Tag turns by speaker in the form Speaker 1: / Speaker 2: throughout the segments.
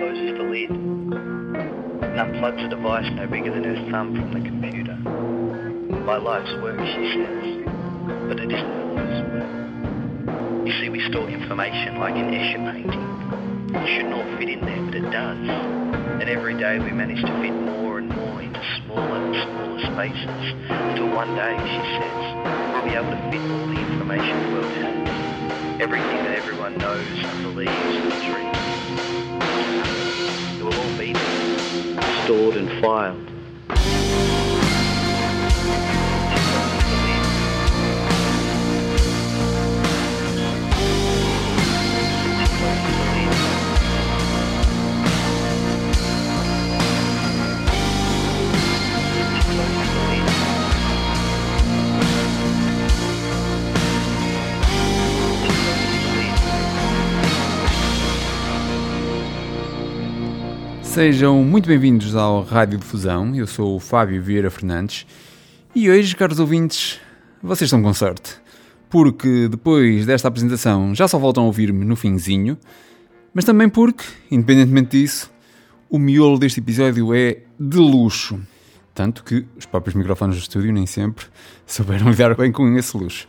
Speaker 1: lead. And unplugs a device no bigger than her thumb from the computer. My life's work, she says. But it isn't her life's work. You see, we store information like an Escher painting. It shouldn't all fit in there, but it does. And every day we manage to fit more and more into smaller and smaller spaces. Until one day, she says, we'll be able to fit all the information the world has. Everything that everyone knows and believes and dreams. It will all be there, stored and filed.
Speaker 2: Sejam muito bem-vindos ao Rádio Difusão. Eu sou o Fábio Vieira Fernandes e hoje, caros ouvintes, vocês estão com sorte, porque depois desta apresentação já só voltam a ouvir-me no finzinho, mas também porque, independentemente disso, o miolo deste episódio é de luxo. Tanto que os próprios microfones do estúdio nem sempre souberam lidar bem com esse luxo.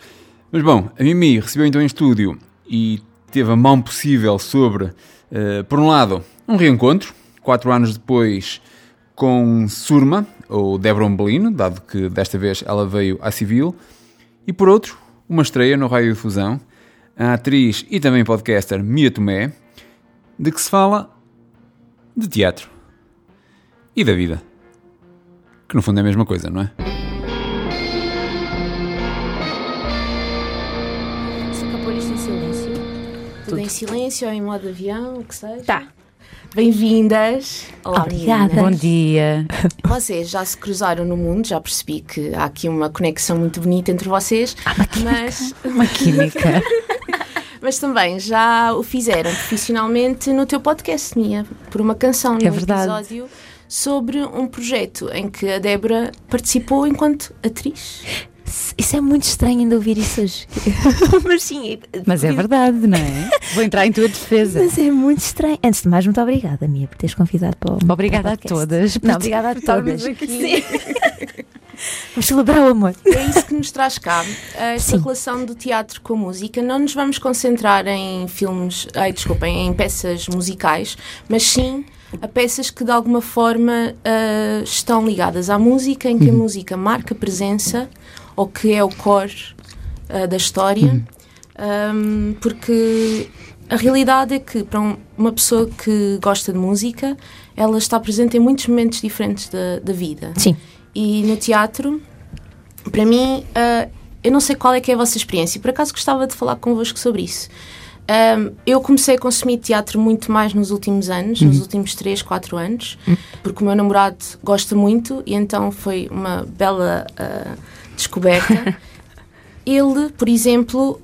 Speaker 2: Mas bom, a Mimi recebeu então em estúdio e teve a mão possível sobre, eh, por um lado, um reencontro, quatro anos depois, com Surma, ou Débora Ombelino, dado que desta vez ela veio à civil, e por outro, uma estreia no Raio de Fusão, a atriz e também podcaster Mia Tomé, de que se fala de teatro e da vida. Que no fundo é a mesma coisa, não é?
Speaker 3: Se acabou isto em silêncio. Tudo, em silêncio ou em modo avião, o que seja.
Speaker 4: Tá.
Speaker 3: Bem-vindas. Olá,
Speaker 4: Obrigada.
Speaker 3: meninas.
Speaker 4: Bom
Speaker 5: Bom dia.
Speaker 3: Vocês já se cruzaram no mundo, já percebi que há aqui uma conexão muito bonita entre vocês, mas,
Speaker 5: Uma química.
Speaker 3: mas também já o fizeram profissionalmente no teu podcast, Nia, por uma canção, num
Speaker 5: verdade.
Speaker 3: episódio sobre um projeto em que a Débora participou enquanto atriz.
Speaker 4: Isso é muito estranho ainda ouvir isso hoje. Mas sim,
Speaker 5: Mas é verdade, não é? Vou entrar em tua defesa.
Speaker 4: mas é muito estranho. Antes de mais, muito obrigada, Mia, por teres convidado para o.
Speaker 5: Obrigada
Speaker 4: para o
Speaker 5: a
Speaker 4: podcast.
Speaker 5: todas.
Speaker 4: Não, obrigada a todas.
Speaker 3: aqui.
Speaker 4: Vamos celebrar o amor.
Speaker 3: É isso que nos traz cá, esta relação do teatro com a música. Não nos vamos concentrar em filmes, ai, desculpem, em peças musicais, mas sim a peças que de alguma forma ah, estão ligadas à música, em que a música marca presença ou que é o core ah, da história. Ahm, porque a realidade é que para um- uma pessoa que gosta de música, ela está presente em muitos momentos diferentes da, da vida.
Speaker 4: Sim.
Speaker 3: E no teatro, para mim, ah, eu não sei qual é que é a vossa experiência, por acaso gostava de falar convosco sobre isso. Ahm, eu comecei a consumir teatro muito mais nos últimos anos, nos últimos 3, 4 anos, porque o meu namorado gosta muito e então foi uma bela ah, descoberta. Ele, por exemplo,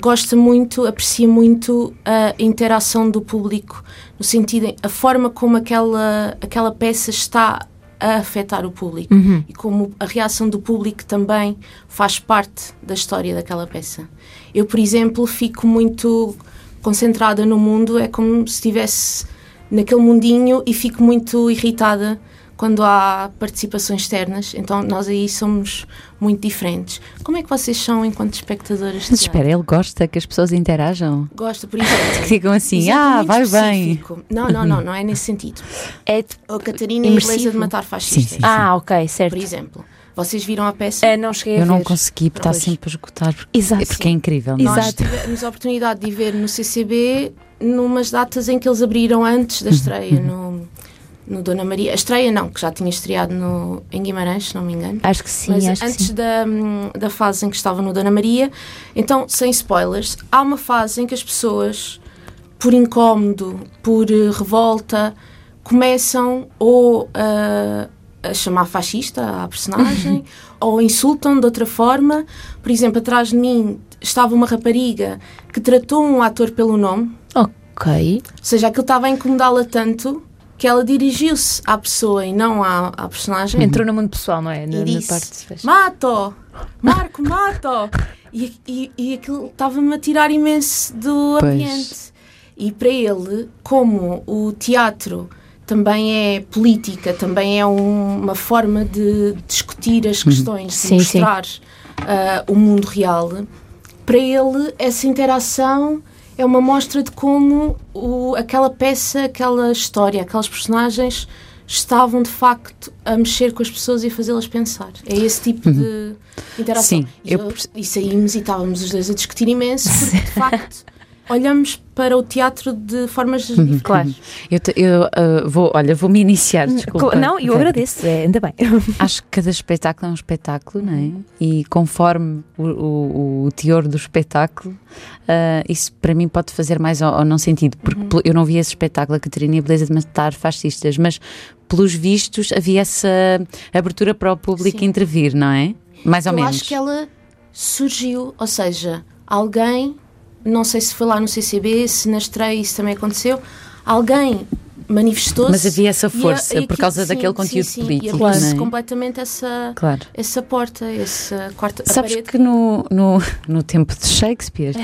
Speaker 3: gosta muito, aprecia muito a interação do público, no sentido, em- a forma como aquela, aquela peça está a afetar o público e como a reação do público também faz parte da história daquela peça. Eu, por exemplo, fico muito concentrada no mundo, é como se estivesse naquele mundinho e fico muito irritada quando há participações externas, então nós aí somos muito diferentes. Como é que vocês são enquanto espectadoras de
Speaker 5: Mas
Speaker 3: teatro?
Speaker 5: espera, ele gosta que as pessoas interajam.
Speaker 3: Gosto, por exemplo.
Speaker 5: Que digam assim, ah, vai bem.
Speaker 3: bem. Não, não, não, não é nesse sentido.
Speaker 4: É
Speaker 3: A Catarina
Speaker 4: Imersivo.
Speaker 3: é inglesa de matar fascistas. É,
Speaker 5: Sim, sim.
Speaker 4: Ah, ok, certo.
Speaker 3: Por exemplo, vocês viram a peça?
Speaker 6: Ah, não cheguei
Speaker 5: Eu
Speaker 6: a
Speaker 5: não
Speaker 6: ver.
Speaker 5: consegui, porque está
Speaker 3: Pois.
Speaker 5: sempre a esgotar. Porque,
Speaker 4: Exato.
Speaker 5: porque é incrível. não é?
Speaker 4: Exato.
Speaker 3: Nós tivemos a oportunidade de ver no CCB numas datas em que eles abriram antes da estreia no, no Dona Maria. A estreia não, que já tinha estreado no, em Guimarães, se não me engano.
Speaker 4: Acho que sim,
Speaker 3: Mas
Speaker 4: acho que
Speaker 3: antes
Speaker 4: sim.
Speaker 3: da, hum, da fase em que estava no Dona Maria, então, sem spoilers, há uma fase em que as pessoas, por incómodo, por eh, revolta, começam ou ah, a chamar fascista à personagem, ou insultam de outra forma. Por exemplo, atrás de mim estava uma rapariga que tratou um ator pelo nome,
Speaker 4: Ok.
Speaker 3: ou seja, aquilo estava a incomodá-la tanto que ela dirigiu-se à pessoa e não à, à personagem
Speaker 4: Então,
Speaker 6: Entrou no mundo pessoal, não é? Na,
Speaker 3: e
Speaker 6: na
Speaker 3: disse,
Speaker 6: parte de festa.
Speaker 3: Mato! Marco, mato! E, e, e aquilo estava-me a tirar imenso do
Speaker 5: Pois.
Speaker 3: ambiente. E para ele, como o teatro também é política, também é um- uma forma de discutir as questões, de
Speaker 4: Sim, sim.
Speaker 3: mostrar ah, o mundo real. Para ele, essa interação é uma mostra de como o- aquela peça, aquela história, aquelas personagens estavam de facto a mexer com as pessoas e a fazê-las pensar. É esse tipo de interação.
Speaker 5: Sim,
Speaker 3: e,
Speaker 5: eu
Speaker 3: eu-
Speaker 5: perce-
Speaker 3: e saímos e estávamos os dois a discutir imenso, porque de facto olhamos para o teatro de formas diferentes.
Speaker 6: Claro.
Speaker 5: Eu, te- eu, ah, vou, olha, vou me iniciar, desculpa.
Speaker 6: Hum, Não, eu
Speaker 5: Vera.
Speaker 6: agradeço, é, ainda bem.
Speaker 5: Acho que cada espetáculo é um espetáculo, não é? E conforme o, o- o teor do espetáculo, ah, isso para mim pode fazer mais ou, ou não sentido, porque
Speaker 3: Uhum.
Speaker 5: pelo- eu não vi esse espetáculo, a Catarina e a Beleza de Matar Fascistas, mas pelos vistos havia essa abertura para o público
Speaker 3: Sim.
Speaker 5: intervir, não é? Mais ou
Speaker 3: eu
Speaker 5: menos.
Speaker 3: acho que ela surgiu, ou seja, alguém, não sei se foi lá no CCB, se na estreia isso também aconteceu, alguém manifestou-se.
Speaker 5: Mas havia
Speaker 3: e
Speaker 5: essa
Speaker 3: a-
Speaker 5: força
Speaker 3: e
Speaker 5: por
Speaker 3: aquilo-
Speaker 5: causa daquele conteúdo
Speaker 3: sim, sim,
Speaker 5: político,
Speaker 3: E abriu-se
Speaker 5: não é?
Speaker 3: completamente essa,
Speaker 5: Claro.
Speaker 3: essa porta, essa quarta a
Speaker 5: Sabes
Speaker 3: parede.
Speaker 5: que no, no, no tempo de Shakespeare,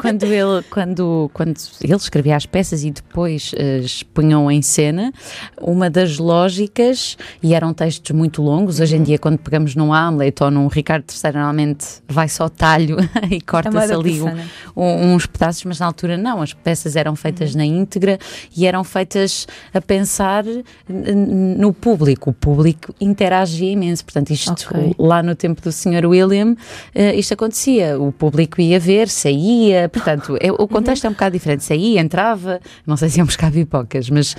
Speaker 5: quando, ele, quando, quando ele escrevia as peças e depois as punham em cena, uma das lógicas, e eram textos muito longos, hoje
Speaker 3: Uhum.
Speaker 5: em dia, quando pegamos num Hamlet ou num Ricardo III, normalmente vai só talho
Speaker 3: É
Speaker 5: e corta-se
Speaker 6: moda
Speaker 5: ali um-
Speaker 6: persona.
Speaker 5: um- uns pedaços, mas na altura não, as peças eram
Speaker 6: Uhum.
Speaker 5: feitas na íntegra e eram feitas a pensar n- n- no público. O público interagia imenso, portanto, isto
Speaker 6: Ok.
Speaker 5: lá no tempo do Sr. William, eh, isto acontecia. O público ia ver, saía, portanto, é- o contexto é um bocado diferente. Saía, entrava, não sei se iam buscar pipocas, mas,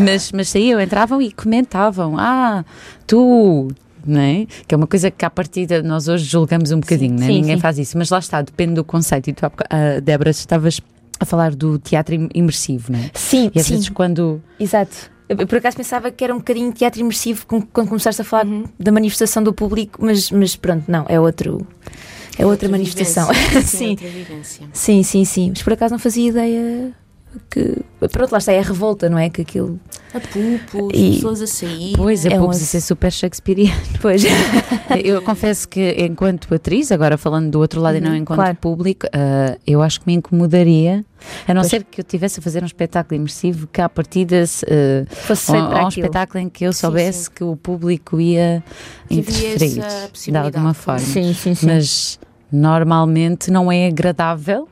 Speaker 5: mas, mas saíam, entravam e comentavam: Ah, tu. Não é? Que é uma coisa que, à partida, nós hoje julgamos um bocadinho, não é?
Speaker 6: sim,
Speaker 5: ninguém
Speaker 6: sim.
Speaker 5: faz isso, mas lá está, depende do conceito. E tu, há boca- ah, Débora, estavas a falar do teatro im- imersivo, não é?
Speaker 6: Sim,
Speaker 5: E às
Speaker 6: sim.
Speaker 5: vezes, quando
Speaker 6: Exato. Eu, eu por acaso pensava que era um bocadinho teatro imersivo com- quando começaste a falar da manifestação do público, mas, mas pronto, não, é outro. É outra manifestação.
Speaker 3: vivência, sim,
Speaker 6: sim,
Speaker 3: outra vivência.
Speaker 6: sim, sim, sim. Mas por acaso não fazia ideia que. Pronto, lá está, é a revolta, não é? Que aquilo.
Speaker 3: A pulpos,
Speaker 6: E-
Speaker 3: pessoas a sair.
Speaker 5: Pois, é,
Speaker 6: É
Speaker 5: é
Speaker 6: um
Speaker 5: pouco
Speaker 6: ass-
Speaker 5: ser super Shakespeareano.
Speaker 6: Pois.
Speaker 5: Eu confesso que, enquanto atriz, agora falando do outro lado e não
Speaker 6: Uhum,
Speaker 5: enquanto
Speaker 6: claro.
Speaker 5: público, ah, eu acho que me incomodaria, a não
Speaker 6: Pois.
Speaker 5: ser que eu estivesse a fazer um espetáculo imersivo que, à partida, se, ah,
Speaker 6: Fosse
Speaker 5: ou,
Speaker 6: feito para
Speaker 5: ou um
Speaker 6: aquilo.
Speaker 5: espetáculo em que eu
Speaker 3: sim.
Speaker 5: soubesse que o público ia
Speaker 3: Que havia
Speaker 5: interferir
Speaker 3: essa
Speaker 5: de
Speaker 3: possibilidade.
Speaker 5: alguma forma.
Speaker 6: Sim, sim, sim.
Speaker 5: Mas normalmente não é agradável.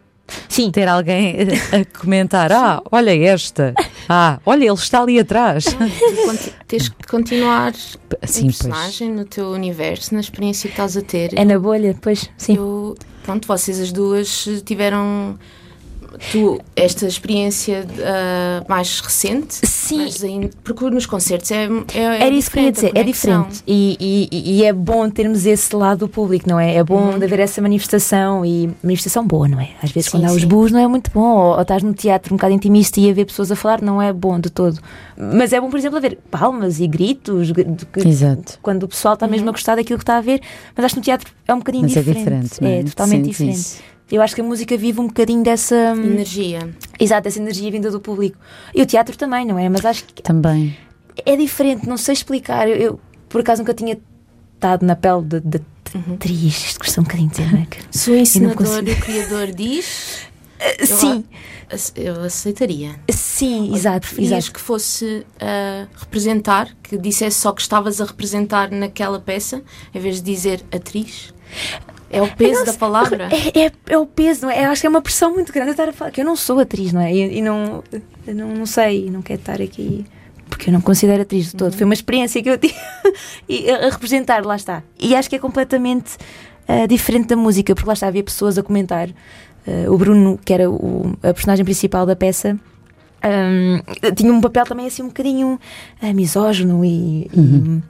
Speaker 6: Sim.
Speaker 5: Ter alguém a comentar, ah, olha esta, ah, olha, ele está ali atrás.
Speaker 3: E conti- Tens que continuar em
Speaker 5: Assim, pois.
Speaker 3: personagem, no teu universo, na experiência que estás a ter.
Speaker 6: É na bolha, pois. Sim.
Speaker 3: Eu, pronto, vocês as duas tiveram tu, esta experiência ah, mais recente,
Speaker 6: Sim.
Speaker 3: mas ainda, porque nos concertos é, é- é
Speaker 6: Era isso que eu ia
Speaker 3: diferente, a
Speaker 6: dizer, é
Speaker 3: conexão.
Speaker 6: diferente. E, e- e é bom termos esse lado do público, não é? É bom de haver essa manifestação e manifestação boa, não é? Às vezes
Speaker 3: Sim,
Speaker 6: quando há os
Speaker 3: sim.
Speaker 6: burros não é muito bom, ou, ou estás no teatro um bocado intimista e a ver pessoas a falar, não é bom de todo. Mas é bom, por exemplo, haver palmas e gritos gr- de que-
Speaker 5: Exato.
Speaker 6: quando o pessoal está mesmo a gostar daquilo que está a ver, mas acho que no teatro é um bocadinho
Speaker 5: Mas é
Speaker 6: diferente.
Speaker 5: diferente, não é?
Speaker 6: totalmente
Speaker 5: Sentes
Speaker 6: diferente.
Speaker 5: isso.
Speaker 6: Eu acho que a música vive um bocadinho dessa,
Speaker 3: Hum. Energia.
Speaker 6: exato, dessa energia vinda do público. E o teatro também, não é? Mas acho que
Speaker 5: Também.
Speaker 6: é diferente, não sei explicar. Eu, eu, por acaso nunca tinha estado na pele de, de, de
Speaker 3: Uhum.
Speaker 6: atriz. Isto custa um bocadinho dizer, não é? que-
Speaker 3: Se o ensinador
Speaker 6: consigo.
Speaker 3: e o criador diz, eu,
Speaker 6: Sim,
Speaker 3: ace- eu aceitaria.
Speaker 6: sim, exato,
Speaker 3: Preferias
Speaker 6: exato.
Speaker 3: que fosse ah, representar, que dissesse só que estavas a representar naquela peça, em vez de dizer atriz. É o peso da palavra.
Speaker 6: É, é, é o peso, não é? Eu acho que é uma pressão muito grande eu estar a falar que eu não sou atriz, não é? E, e não, eu não, não sei, e não quero estar aqui. Porque eu não me considero atriz de
Speaker 3: Uhum.
Speaker 6: todo. Foi uma experiência que eu tive e a a representar, lá está. E acho que é completamente ah, diferente da música, porque lá está, havia pessoas a comentar. Ah, o Bruno, que era o, a personagem principal da peça, Hum, tinha um papel também assim um bocadinho ah, misógino e, e,
Speaker 5: Uhum.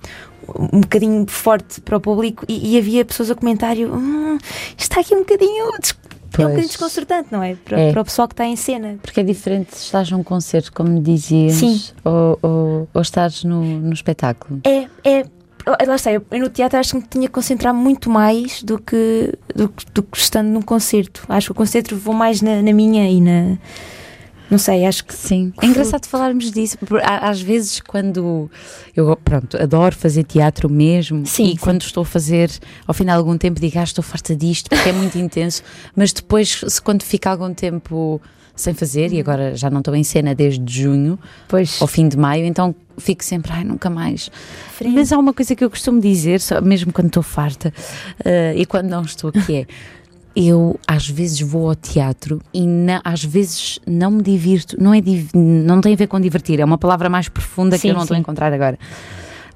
Speaker 6: um, um bocadinho forte para o público e, e havia pessoas a comentário hum, isto está aqui um bocadinho des- é um bocadinho
Speaker 5: Pois.
Speaker 6: desconcertante, não é? Para,
Speaker 5: É.
Speaker 6: para o pessoal que está em cena.
Speaker 5: Porque é diferente se estás num concerto, como dizias,
Speaker 6: Sim.
Speaker 5: Ou, ou, ou estás no, no espetáculo.
Speaker 6: É, é. Lá está, eu no teatro acho que me tinha que concentrar muito mais do que, do, que- do que estando num concerto. Acho que o concerto vou mais na, na minha e na. Não sei, acho que.
Speaker 5: Sim. É engraçado falarmos disso. porque há- Às vezes, quando. Eu, pronto, adoro fazer teatro mesmo.
Speaker 6: Sim,
Speaker 5: E
Speaker 6: sim.
Speaker 5: quando estou a fazer, ao final de algum tempo, digo, ah, estou farta disto, porque é muito intenso. Mas depois, se quando fica algum tempo. sem fazer e agora já não estou em cena desde junho
Speaker 6: Uhum. Pois.
Speaker 5: ao fim de maio, então fico sempre, ai, nunca mais.
Speaker 6: Frio.
Speaker 5: Mas há uma coisa que eu costumo dizer, só, mesmo quando estou farta eh, e quando não estou, que é. Eu às vezes vou ao teatro e na- às vezes não me divirto. Não, é div- não tem a ver com divertir, é uma palavra mais profunda que
Speaker 6: Sim,
Speaker 5: eu não estou a
Speaker 6: sim.
Speaker 5: encontrar agora.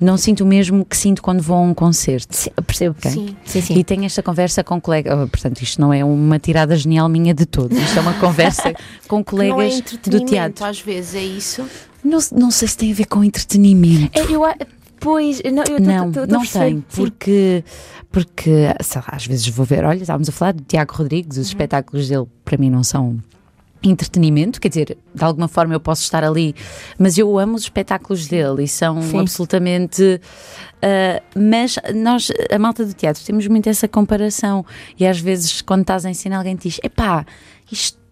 Speaker 5: Não sinto o mesmo que sinto quando vou a um concerto.
Speaker 6: Sim, percebo.
Speaker 5: ok?
Speaker 3: Sim.
Speaker 6: Sim, sim.
Speaker 5: E tenho esta conversa com colegas. Portanto, isto não é uma tirada genial minha de todo. Isto é uma conversa com
Speaker 3: Não é
Speaker 5: colegas do
Speaker 3: entretenimento,
Speaker 5: teatro.
Speaker 3: às vezes, é isso.
Speaker 5: Não, não sei se tem a ver com entretenimento.
Speaker 6: É, Eu, eu, a- pois, não, eu tô-
Speaker 5: Não,
Speaker 6: tô- tô- tô a
Speaker 5: não
Speaker 6: perceber.
Speaker 5: tem,
Speaker 6: Sim.
Speaker 5: porque, porque sei lá, às vezes vou ver, olha, estávamos a falar de Tiago Rodrigues,
Speaker 6: Uhum.
Speaker 5: os espetáculos dele para mim não são entretenimento, quer dizer, de alguma forma eu posso estar ali, mas eu amo os espetáculos dele e são
Speaker 6: Sim.
Speaker 5: absolutamente. ah, mas nós, a malta do teatro, temos muito essa comparação e às vezes quando estás a ensinar alguém te diz, epá, isto.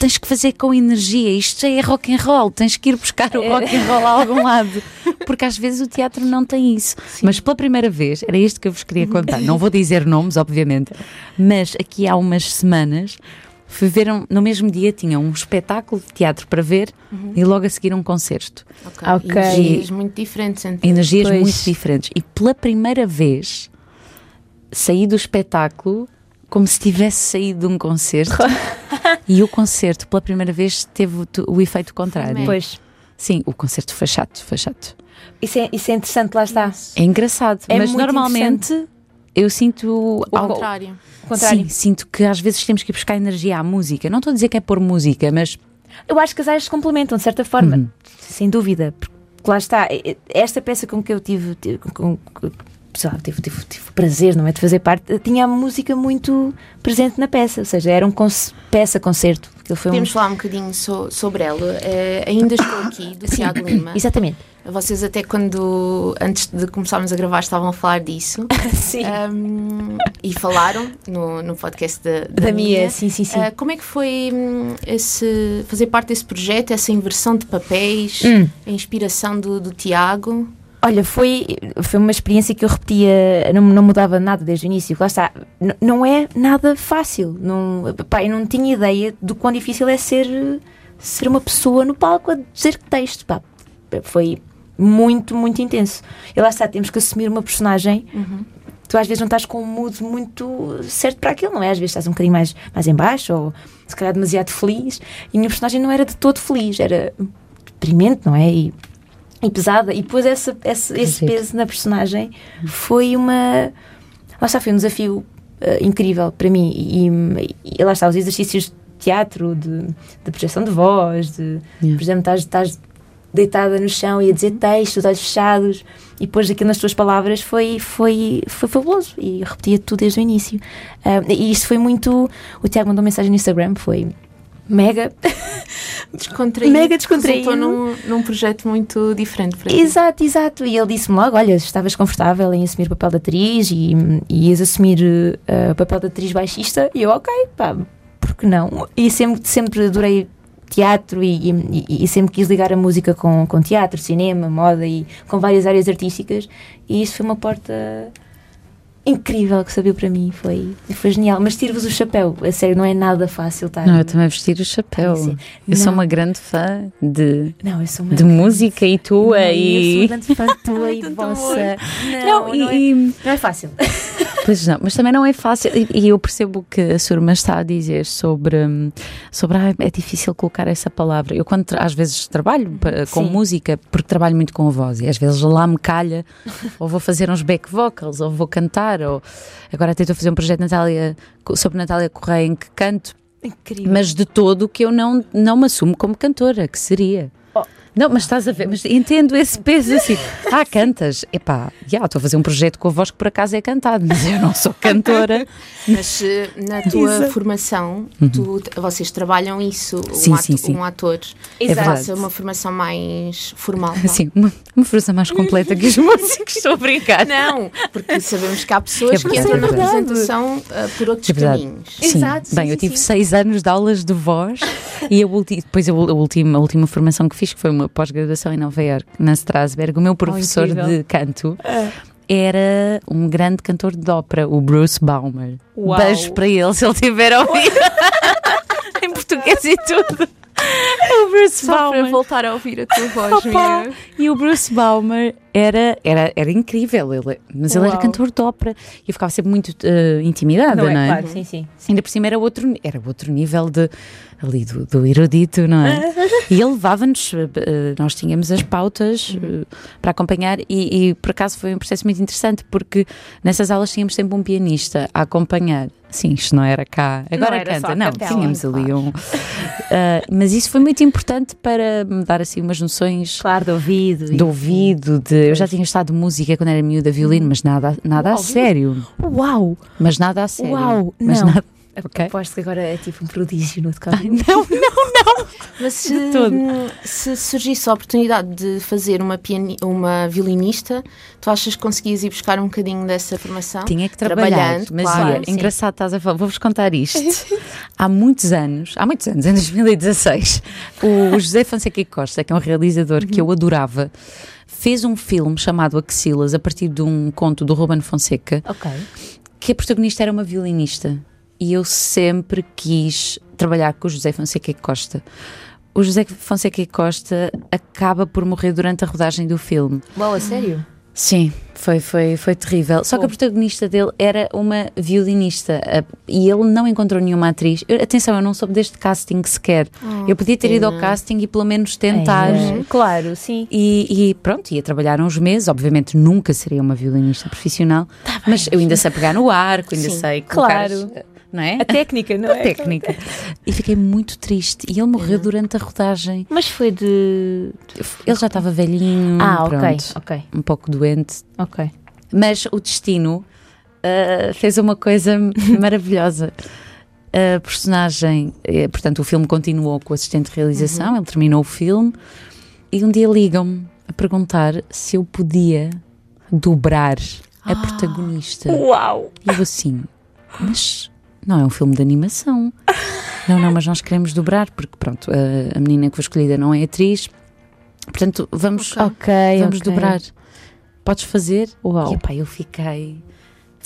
Speaker 5: Tens que fazer com energia, isto já é rock and roll, tens que ir buscar o rock and roll a algum lado, porque às vezes o teatro não tem isso. Mas pela primeira vez, era isto que eu vos queria contar. Não vou dizer nomes, obviamente, mas aqui há umas semanas Fui ver um- no mesmo dia tinha um espetáculo de teatro para ver
Speaker 6: Uhum.
Speaker 5: e logo a seguir um concerto.
Speaker 3: Ok.
Speaker 6: Ok.
Speaker 3: Energias muito diferentes entre
Speaker 5: Energias
Speaker 6: Pois.
Speaker 5: muito diferentes. E pela primeira vez saí do espetáculo como se tivesse saído de um concerto. e o concerto, pela primeira vez, teve o, o efeito contrário.
Speaker 6: Pois.
Speaker 5: Sim, o concerto foi chato, foi chato.
Speaker 6: Isso é, isso é interessante, lá está.
Speaker 5: É engraçado,
Speaker 6: É
Speaker 5: mas
Speaker 6: muito
Speaker 5: normalmente eu sinto
Speaker 3: o
Speaker 5: ao-
Speaker 3: contrário.
Speaker 6: O contrário.
Speaker 5: Sim, sinto que às vezes temos que ir buscar energia à música. Não estou a dizer que é pôr música, mas
Speaker 6: Eu acho que as áreas se complementam, de certa forma. Sem dúvida. Porque lá está. e- e- Esta peça com que eu tive. tive- Com, com- sei lá, tive, tive, tive o prazer, não é? De fazer parte. Tinha a música muito presente na peça. Ou seja, era um conce- peça-concerto. Aquilo foi um.
Speaker 3: Podemos falar um bocadinho so- sobre ela. Eh, ainda estou aqui, do Tiago Lima.
Speaker 6: Exatamente.
Speaker 3: Vocês até quando, antes de começarmos a gravar, estavam a falar disso.
Speaker 6: Sim.
Speaker 3: Um, e falaram no, no podcast da, da,
Speaker 6: Da Mia,
Speaker 3: Mia.
Speaker 6: sim, sim, sim.
Speaker 3: Ah, como é que foi hum, esse, fazer parte desse projeto, essa inversão de papéis,
Speaker 6: Hum.
Speaker 3: a inspiração do, do Tiago?
Speaker 6: Olha, foi, foi uma experiência que eu repetia, não, não mudava nada desde o início. Lá está, n- não é nada fácil. Não, pá, eu não tinha ideia do quão difícil é ser, ser uma pessoa no palco a dizer texto. Pá, foi muito, muito intenso. E lá está, temos que assumir uma personagem. Tu às vezes não estás com um mood muito certo para aquilo, não é? Às vezes estás um bocadinho mais, mais em baixo ou se calhar demasiado feliz. E a minha personagem não era de todo feliz, era deprimente, não é? E e pesada e pôs essa, essa- esse
Speaker 5: giro. Uhum.
Speaker 6: peso na personagem foi uma lá está, foi um desafio eh, incrível para mim e, e lá está, os exercícios de teatro de, de projeção de voz de,
Speaker 5: Yeah. Uhum.
Speaker 6: por exemplo, estás, estás deitada no chão e a dizer textos, olhos fechados e pôs aquilo nas tuas palavras foi, foi, foi fabuloso e repetia tudo desde o início Ah, e isto foi muito, o Tiago mandou mensagem no Instagram, foi mega
Speaker 3: Descontraído.
Speaker 6: Mega descontraído.
Speaker 3: Resultou num, num projeto muito diferente para ti.
Speaker 6: Exato, exato. E ele disse-me logo: olha, estavas confortável em assumir o papel de atriz e, e ias assumir eh, o papel de atriz baixista. E eu, ok, pá, por que não? E sempre, sempre adorei teatro e, e- e sempre quis ligar a música com, com teatro, cinema, moda e com várias áreas artísticas. E isso foi uma porta incrível que se abriu para mim. Foi, foi genial. Mas tiro-vos o chapéu, a sério, não é nada fácil estar.
Speaker 5: Não, eu também vestir o chapéu.
Speaker 6: Ah, sim.
Speaker 5: eu sou
Speaker 6: Não.
Speaker 5: uma grande fã de,
Speaker 6: Não, eu sou uma
Speaker 5: de música e tua
Speaker 6: Não,
Speaker 5: e.
Speaker 6: Eu sou uma grande fã tua e vossa. Não,
Speaker 5: e-
Speaker 6: não, é,
Speaker 5: e-
Speaker 6: não é fácil.
Speaker 5: pois não, mas também não é fácil. E, e eu percebo o que a sua irmã está a dizer sobre, hum, sobre ah, é difícil colocar essa palavra. Eu quando tra- às vezes trabalho pa- com
Speaker 6: Sim.
Speaker 5: música, porque trabalho muito com a voz, e às vezes lá me calha, ou vou fazer uns back vocals, ou vou cantar, ou agora até estou a fazer um projeto de Natália, sobre Natália Correia em que canto.
Speaker 6: Incrível.
Speaker 5: mas de todo que eu não, não me assumo como cantora, que seria.
Speaker 6: Oh.
Speaker 5: Não, mas estás a ver, mas entendo esse peso assim. Ah, cantas? Epá, já, estou a fazer um projeto com a voz que por acaso é cantado, mas eu não sou cantora.
Speaker 3: Mas eh, na tua formação, tu- vocês trabalham isso,
Speaker 5: Uhum. Sim,
Speaker 3: um, ato-
Speaker 5: sim, sim.
Speaker 3: um ator
Speaker 5: É verdade.
Speaker 3: faça uma formação mais formal. vá.
Speaker 5: Assim, uma, uma força mais completa que os músicos, estou a brincar.
Speaker 3: Não, porque sabemos que há pessoas
Speaker 5: É
Speaker 3: que
Speaker 5: verdade,
Speaker 3: entram na
Speaker 5: é verdade.
Speaker 3: representação ah, por outros
Speaker 5: É verdade.
Speaker 3: caminhos.
Speaker 5: Sim.
Speaker 6: Exato, sim,
Speaker 5: Bem, eu
Speaker 6: sim,
Speaker 5: tive
Speaker 6: sim.
Speaker 5: seis anos de aulas de voz e a ulti- depois a, ul- a última, a última formação que fiz, que foi uma pós-graduação em Nova Iorque, na Strasberg, o meu professor
Speaker 6: incrível. É.
Speaker 5: de canto era um grande cantor de ópera, o Bruce Baumer.
Speaker 6: Uau.
Speaker 5: Beijo para ele se ele tiver a ouvir. em português e tudo. O Bruce
Speaker 4: Só para
Speaker 5: Baumer.
Speaker 4: voltar a ouvir a tua voz,
Speaker 5: Opa!
Speaker 4: Mira.
Speaker 5: E o Bruce Baumer era, era, era incrível, ele, mas ele era
Speaker 6: Uau.
Speaker 5: cantor de ópera e eu ficava sempre muito eh, intimidada, não é?
Speaker 6: Claro, sim, sim.
Speaker 5: Ainda por cima era outro, era outro nível de, ali do, do erudito, não é? e ele levava-nos, eh, nós tínhamos as pautas eh, para acompanhar e, e por acaso foi um processo muito interessante porque nessas aulas tínhamos sempre um pianista a acompanhar. Sim, isto não era cá. Agora
Speaker 4: era só
Speaker 5: canta,
Speaker 4: a
Speaker 5: não,
Speaker 4: capela,
Speaker 5: tínhamos ali
Speaker 4: claro.
Speaker 5: um. Ah, mas isso foi muito importante para me dar assim umas noções
Speaker 6: Claro, de ouvido. e-
Speaker 5: de ouvido, de. Eu já tinha estado de música quando era miúda, violino, mas nada, nada a sério.
Speaker 6: Uau!
Speaker 5: Mas nada a sério.
Speaker 6: Uau,
Speaker 5: Mas
Speaker 6: não.
Speaker 5: nada- Ok.
Speaker 6: Aposto que agora é tipo um prodígio no tocar.
Speaker 5: Não,
Speaker 3: Mas se,
Speaker 5: todo.
Speaker 3: se surgisse a oportunidade de fazer uma, piani- uma violinista, tu achas que conseguias ir buscar um bocadinho dessa formação?
Speaker 5: Tinha que trabalhar.
Speaker 3: Trabalhando,
Speaker 5: Mas
Speaker 3: claro,
Speaker 5: olha,
Speaker 3: sim.
Speaker 5: engraçado, estás a falar. Vou-vos contar isto. há muitos anos, há muitos anos, em 2016, o José Fonseca Costa, que é um realizador que eu adorava, fez um filme chamado Axilas, a partir de um conto do Ruben Fonseca,
Speaker 6: Ok.
Speaker 5: que a protagonista era uma violinista e eu sempre quis trabalhar com o José Fonseca e Costa. O José Fonseca e Costa acaba por morrer durante a rodagem do filme.
Speaker 6: Uau, a sério?
Speaker 5: Sim, foi, foi, foi terrível. Só que a protagonista dele era uma violinista a- e ele não encontrou nenhuma atriz. Eu- atenção, eu não soube deste casting sequer. eu podia ter ido ao casting e pelo menos tentar.
Speaker 6: Oh, É, Claro, sim.
Speaker 5: E, e pronto, ia trabalhar uns meses. Obviamente nunca seria uma violinista profissional, mas eu ainda sei pegar no arco, ainda sei
Speaker 6: Tá
Speaker 5: colocar
Speaker 6: Claro.
Speaker 5: as- não é?
Speaker 6: A técnica, não
Speaker 5: A técnica. E fiquei muito triste. E ele morreu durante a rodagem.
Speaker 6: Mas foi de.
Speaker 5: Ele já estava velhinho,
Speaker 6: Ah, ok,
Speaker 5: Hum, pronto,
Speaker 6: ok,
Speaker 5: um pouco doente.
Speaker 6: ok.
Speaker 5: Mas o destino ah, fez uma coisa maravilhosa. A personagem, eh, portanto, o filme continuou com o assistente de realização,
Speaker 6: Uhum.
Speaker 5: ele terminou o filme e um dia ligam-me a perguntar se eu podia dobrar a protagonista.
Speaker 6: Ah. Uau!
Speaker 5: E eu assim, mas não é um filme de animação. Não, não, mas nós queremos dobrar, porque pronto, a, a menina que foi escolhida não é atriz. Portanto, vamos,
Speaker 6: Ok,
Speaker 5: vamos
Speaker 6: ok.
Speaker 5: dobrar. Podes fazer?
Speaker 6: Uau.
Speaker 5: E epá, eu fiquei.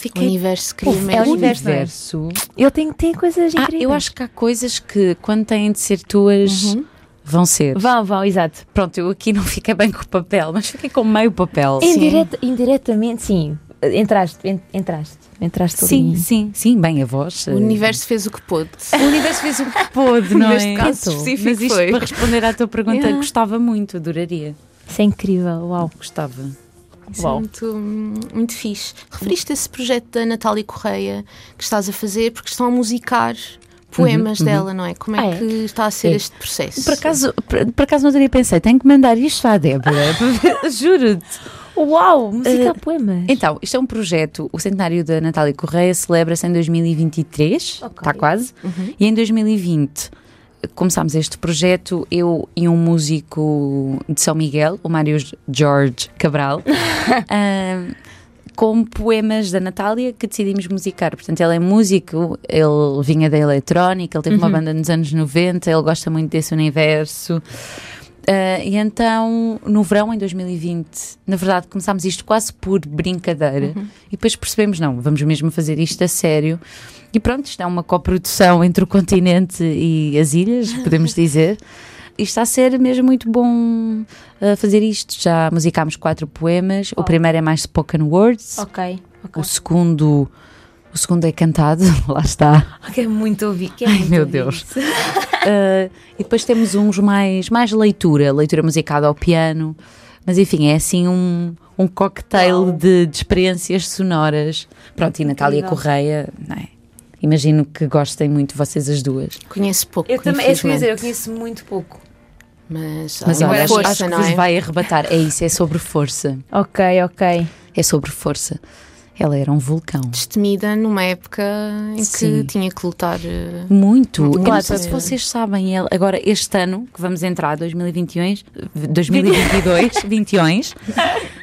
Speaker 3: O um universo cria
Speaker 6: Puf, é o
Speaker 3: mesmo.
Speaker 6: universo, não é?
Speaker 5: universo.
Speaker 6: Ele tem, tem coisas
Speaker 5: Ah,
Speaker 6: incríveis.
Speaker 5: eu acho que há coisas que, quando têm de ser tuas, Uhum. vão ser.
Speaker 6: Vão, vão, exato.
Speaker 5: Pronto, eu aqui não fiquei bem com o papel, mas fiquei com meio papel.
Speaker 6: Indireta, indiretamente, sim. Entraste, en- entraste. Entraste
Speaker 5: Sim,
Speaker 6: ali.
Speaker 5: sim, sim, bem, a voz. eh,
Speaker 3: O universo fez o que pôde.
Speaker 5: O universo fez o que pôde, não
Speaker 3: Neste
Speaker 5: é?
Speaker 3: caso
Speaker 5: Tentou.
Speaker 3: específico
Speaker 5: Mas isto
Speaker 3: foi.
Speaker 5: para responder à tua pergunta,
Speaker 6: Yeah.
Speaker 5: gostava muito, adoraria.
Speaker 6: Isso é incrível, uau.
Speaker 5: Gostava.
Speaker 3: Isso é muito, muito fixe. Referiste esse projeto da Natália Correia que estás a fazer porque estão a musicar poemas dela, não é? Como é,
Speaker 6: Ah, é?
Speaker 3: que está a ser
Speaker 5: É.
Speaker 3: este processo?
Speaker 5: Por acaso, por, por acaso não teria pensado, tenho que mandar isto à Débora, juro-te.
Speaker 6: Uau, música a poemas.
Speaker 5: Então, isto é um projeto, o centenário da Natália Correia celebra-se em 2023,
Speaker 6: Ok.
Speaker 5: está tá quase, e em 2020 começámos este projeto, eu e um músico de São Miguel, o Mário Jorge Cabral, ahm, com poemas da Natália que decidimos musicar. Portanto, ele é músico, ele vinha da eletrónica, ele teve uma banda nos anos 90, ele gosta muito desse universo. Ah, e então, no verão em 2020, na verdade, começámos isto quase por brincadeira e depois percebemos, não, vamos mesmo fazer isto a sério. E pronto, isto é uma coprodução entre o continente e as ilhas, podemos dizer. E está a ser mesmo muito bom ah, fazer isto. Já musicámos quatro poemas. O primeiro é mais spoken words.
Speaker 6: Ok,
Speaker 5: O segundo, o segundo é cantado, lá está.
Speaker 6: Ok, muito ouvi. Que é
Speaker 5: Ai
Speaker 6: muito
Speaker 5: meu
Speaker 6: ouvi.
Speaker 5: Deus. Uh, e depois temos uns mais, mais leitura, leitura musicada ao piano. Mas enfim, é assim um, um cocktail de, de experiências sonoras. Pronto, e Natália
Speaker 6: Incrível.
Speaker 5: Correia, não é? Imagino que gostem muito vocês as duas.
Speaker 3: Conheço pouco.
Speaker 6: Eu também, é isso que eu ia dizer, eu
Speaker 3: infelizmente,
Speaker 6: conheço muito pouco.
Speaker 3: Mas,
Speaker 5: Mas
Speaker 3: há uma
Speaker 5: olha, acho,
Speaker 3: Então, força,
Speaker 5: acho que
Speaker 3: não
Speaker 5: vos
Speaker 3: é?
Speaker 5: vai arrebatar. É isso, é sobre força.
Speaker 6: Ok, ok.
Speaker 5: É sobre força. Ela era um vulcão.
Speaker 3: Destemida numa época em
Speaker 5: Sim.
Speaker 3: que tinha que lutar. eh, Muito
Speaker 5: Muito. Eu não
Speaker 3: claro,
Speaker 5: sei
Speaker 3: sim.
Speaker 5: se vocês sabem, ela- agora este ano que vamos entrar, 2021, 2022, 21,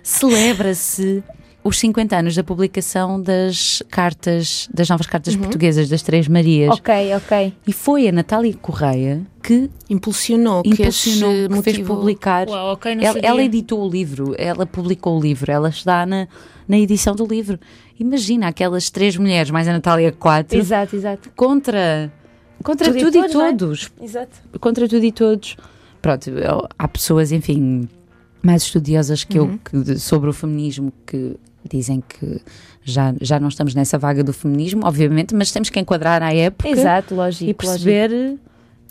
Speaker 5: celebra-se os 50 anos da publicação das cartas, das novas cartas portuguesas das Três Marias.
Speaker 6: Ok, ok.
Speaker 5: E foi a Natália Correia que
Speaker 3: Impulsionou,
Speaker 5: impulsionou,
Speaker 3: que, eh, este
Speaker 5: que fez
Speaker 3: motivou.
Speaker 5: publicar.
Speaker 7: Uau, ok, não
Speaker 5: ela,
Speaker 7: sabia.
Speaker 5: ela editou o livro, ela publicou o livro, ela está na, na edição do livro. Imagina aquelas três mulheres, mais a Natália quatro,
Speaker 6: Exato, exato.
Speaker 5: contra, contra
Speaker 6: Tudo
Speaker 5: tudo,
Speaker 6: e
Speaker 5: e
Speaker 6: todos, não é?
Speaker 5: todos.
Speaker 6: Exato.
Speaker 5: Contra tudo e todos. Pronto, há pessoas, enfim, mais estudiosas que
Speaker 3: Uhum.
Speaker 5: eu que de- sobre o feminismo que dizem que já, já não estamos nessa vaga do feminismo, obviamente, mas temos que enquadrar a época
Speaker 6: Exato, lógico.
Speaker 5: e perceber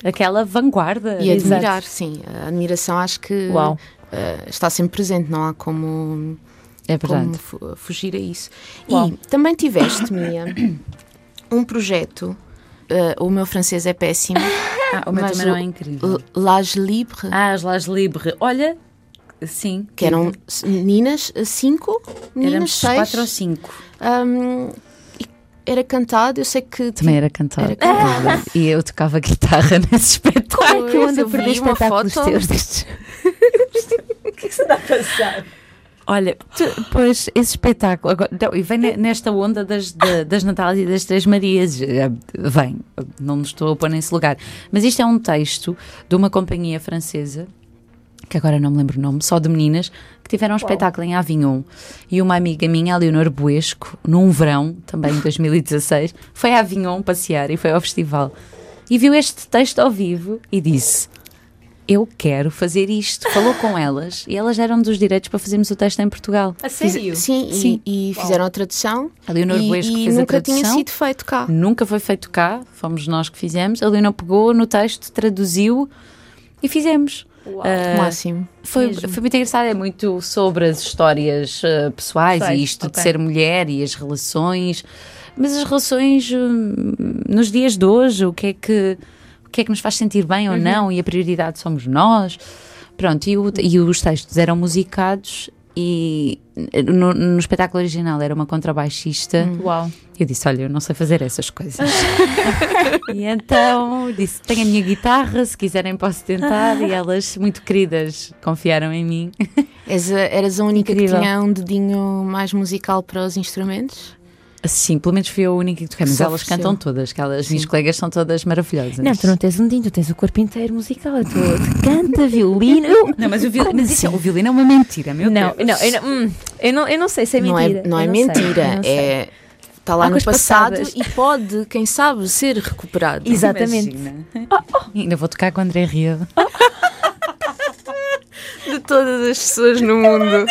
Speaker 5: aquela vanguarda.
Speaker 3: E
Speaker 6: Exato.
Speaker 3: admirar, sim. A admiração acho que
Speaker 6: Uau.
Speaker 3: eh, está sempre presente, não há como,
Speaker 5: É
Speaker 3: como
Speaker 5: verdade.
Speaker 3: fu- fugir a isso.
Speaker 6: Uau.
Speaker 3: E também tiveste, Mia, um projeto, eh, o meu francês é péssimo,
Speaker 5: Ah, o
Speaker 3: meu também não é
Speaker 5: incrível.
Speaker 3: L- L'Age Libre,
Speaker 5: Ah, as Las Libre. Olha, sim.
Speaker 3: que eram s- meninas, eh, cinco, meninas,
Speaker 5: Éramos
Speaker 3: seis.
Speaker 5: 4 ou 5.
Speaker 3: ahm, e era cantado, eu sei que...
Speaker 5: Também era cantar.
Speaker 3: Era cantada.
Speaker 5: E eu tocava guitarra nesse espetáculo.
Speaker 3: Como
Speaker 6: Ai, é que eu ando a perder
Speaker 3: vi uma
Speaker 6: espetáculos
Speaker 3: foto. é
Speaker 6: teus destes.
Speaker 5: Olha, tu- pois esse espetáculo. agora- não, e vem ne- nesta onda das, da- das Natálias e das Três Marias. eh, Vem, não me estou a pôr nesse lugar. Mas isto é um texto de uma companhia francesa, que agora não me lembro o nome, só de meninas, que tiveram um espetáculo em Avignon. E uma amiga minha, a Leonor Buesco, num verão, também de 2016, foi a Avignon passear e foi ao festival. E viu este texto ao vivo e disse eu quero fazer isto. Falou com elas e elas deram-nos os direitos para fazermos o texto em Portugal.
Speaker 7: A
Speaker 3: Fiz-
Speaker 7: sério?
Speaker 3: sim, e-
Speaker 5: Sim.
Speaker 3: E, fizeram a tradução
Speaker 5: A Leonor
Speaker 3: e,
Speaker 5: Buesco
Speaker 3: e
Speaker 5: fez a
Speaker 3: nunca tinha
Speaker 5: tradução.
Speaker 3: sido feito cá.
Speaker 5: Nunca foi feito cá, fomos nós que fizemos. A Leonor pegou no texto, traduziu e fizemos.
Speaker 3: eh,
Speaker 5: Ah,
Speaker 3: Máximo.
Speaker 5: foi,
Speaker 7: mesmo.
Speaker 5: foi muito engraçado, é muito sobre as histórias ah, pessoais
Speaker 7: Pessoais,
Speaker 5: e isto
Speaker 7: ok.
Speaker 5: de ser mulher e as relações. Mas as relações hum, nos dias de hoje, o que é que, o que, é que nos faz sentir bem
Speaker 7: Uhum.
Speaker 5: ou não e a prioridade somos nós. Pronto, e, o- e os textos eram musicados e no, no espetáculo original era uma contrabaixista.
Speaker 7: Uau.
Speaker 5: Eu disse, olha, eu não sei fazer essas coisas. e então disse, tenho a minha guitarra, se quiserem posso tentar. E elas, muito queridas, confiaram em mim.
Speaker 3: És a- eras a única
Speaker 5: Incrível.
Speaker 3: que tinha um dedinho mais musical para os instrumentos?
Speaker 5: Sim, pelo menos fui a única que toquei,
Speaker 3: Que
Speaker 5: mas
Speaker 3: se
Speaker 5: elas
Speaker 3: ofereceu.
Speaker 5: cantam todas, que elas, minhas colegas são todas maravilhosas.
Speaker 6: Não, tu não tens um dinho, tu tens o corpo inteiro musical. Tu tu canta, violino. Eu...
Speaker 5: Não, mas o, viol...
Speaker 6: Como assim?
Speaker 5: mas isso é- o violino é uma mentira, meu
Speaker 6: Não,
Speaker 5: Deus.
Speaker 6: não, eu não, hum, eu não, eu não sei se é
Speaker 3: não
Speaker 6: mentira.
Speaker 3: é, não
Speaker 6: Eu
Speaker 3: é
Speaker 6: sei,
Speaker 3: mentira,
Speaker 6: eu não sei.
Speaker 3: é está lá
Speaker 6: Há
Speaker 3: no
Speaker 6: coisas
Speaker 3: passado
Speaker 6: passadas.
Speaker 3: e pode, quem sabe, ser recuperado.
Speaker 6: Exatamente.
Speaker 5: Imagina. Ainda vou tocar com o André Rio.
Speaker 3: De todas as pessoas no mundo.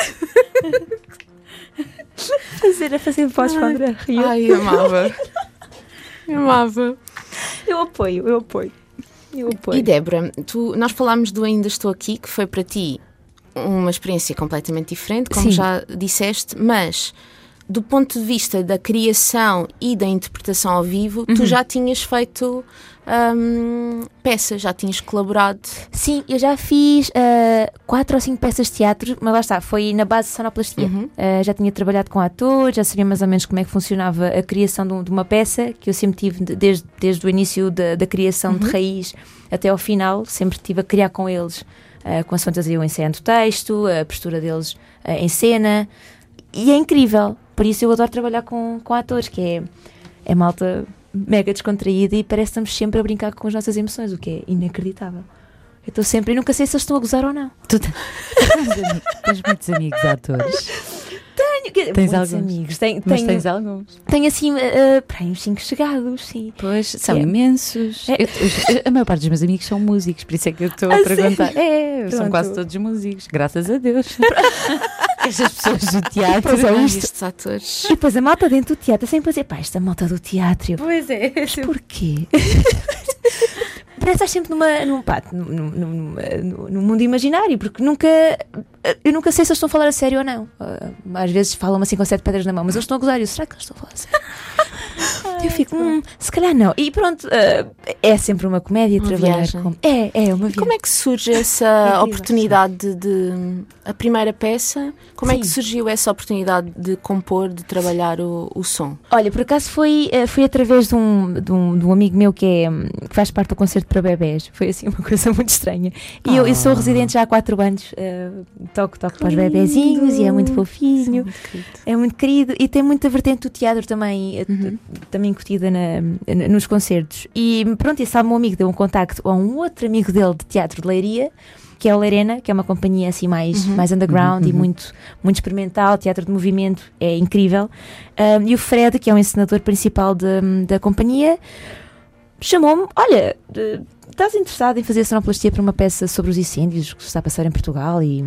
Speaker 6: Fazer a fazer voz para o André Rio.
Speaker 3: Ai, amava. Amava.
Speaker 6: Eu apoio, eu apoio. Eu
Speaker 3: E
Speaker 6: apoio.
Speaker 3: Débora, tu, nós falámos do Ainda Estou Aqui, que foi para ti uma experiência completamente diferente, como
Speaker 6: Sim.
Speaker 3: já disseste, mas do ponto de vista da criação e da interpretação ao vivo,
Speaker 6: Uhum.
Speaker 3: tu já tinhas feito hum, peças, já tinhas colaborado.
Speaker 6: Sim, eu já fiz ah, quatro ou cinco peças de teatro, mas lá está, foi na base de sonoplastia. Ah, já tinha trabalhado com atores, já sabia mais ou menos como é que funcionava a criação de, um- de uma peça, que eu sempre tive, de- desde, desde o início da, da criação de raiz até ao final, sempre estive a criar com eles, ah, com as fantasia, eu ensaiando o texto, a postura deles ah, em cena, e é incrível. Por isso eu adoro trabalhar com, com atores, que é, é malta mega descontraída e parece que estamos sempre a brincar com as nossas emoções, o que é inacreditável. Eu estou sempre, eu nunca sei se eles estão a gozar ou não.
Speaker 5: Tu tens, tens muitos amigos atores.
Speaker 6: Tenho, quer dizer,
Speaker 5: Tens
Speaker 6: muitos
Speaker 5: alguns?
Speaker 6: amigos, tenho,
Speaker 5: Mas
Speaker 6: tenho,
Speaker 5: tens alguns.
Speaker 6: tenho assim, eh, eh, peraí, uns 5 chegados, sim.
Speaker 5: Pois, são
Speaker 6: É.
Speaker 5: imensos.
Speaker 6: É.
Speaker 5: Eu- eu- eu- a maior parte dos meus amigos são músicos, por isso é que eu estou a,
Speaker 6: A
Speaker 5: perguntar. É, são
Speaker 6: Assim. Pronto.
Speaker 5: quase todos músicos, graças a Deus. Estas pessoas do teatro.
Speaker 6: Pois é,
Speaker 3: Ai,
Speaker 6: isto.
Speaker 3: estes atores.
Speaker 6: E depois a malta dentro do teatro, sempre a dizer, pá, esta malta do teatro. Eu,
Speaker 7: Pois é.
Speaker 6: porquê? Parece que estás sempre numa, num, pá, num, num, num- num- num mundo imaginário, porque nunca. Eu nunca sei se eles estão a falar a sério ou não. Ah, às vezes falam assim com sete pedras na mão, mas eles estão a gozar. Eu, será que eles estão a falar a sério? eu fico, hum, se calhar não. E pronto, eh, é sempre uma comédia
Speaker 3: Uma
Speaker 6: trabalhar
Speaker 3: viagem.
Speaker 6: com. É, é uma viagem.
Speaker 3: Como é que surge essa oportunidade de, de- a primeira peça? Como é que
Speaker 6: Sim.
Speaker 3: surgiu essa oportunidade de compor, de trabalhar o, o som?
Speaker 6: Olha, por acaso foi, eh, foi através de um, de, um, de um amigo meu que, é, hum, que faz parte do concerto para bebés. Foi assim uma coisa muito estranha. E eu, eu sou residente já há quatro anos. eh, toco, toco para os bebezinhos e é muito fofinho. É muito querido e tem muita vertente do teatro também, eh, também curtida na- na- nos concertos. E pronto, esse meu amigo deu um contacto a um outro amigo dele de teatro de Leiria, que é o Leirena, que é uma companhia assim mais, mais underground e muito, muito experimental, teatro de movimento, é incrível. Ah, e o Fred, que é o encenador principal de- da companhia, chamou-me: Olha, eh, estás interessado em fazer sonoplastia para uma peça sobre os incêndios que se está a passar em Portugal e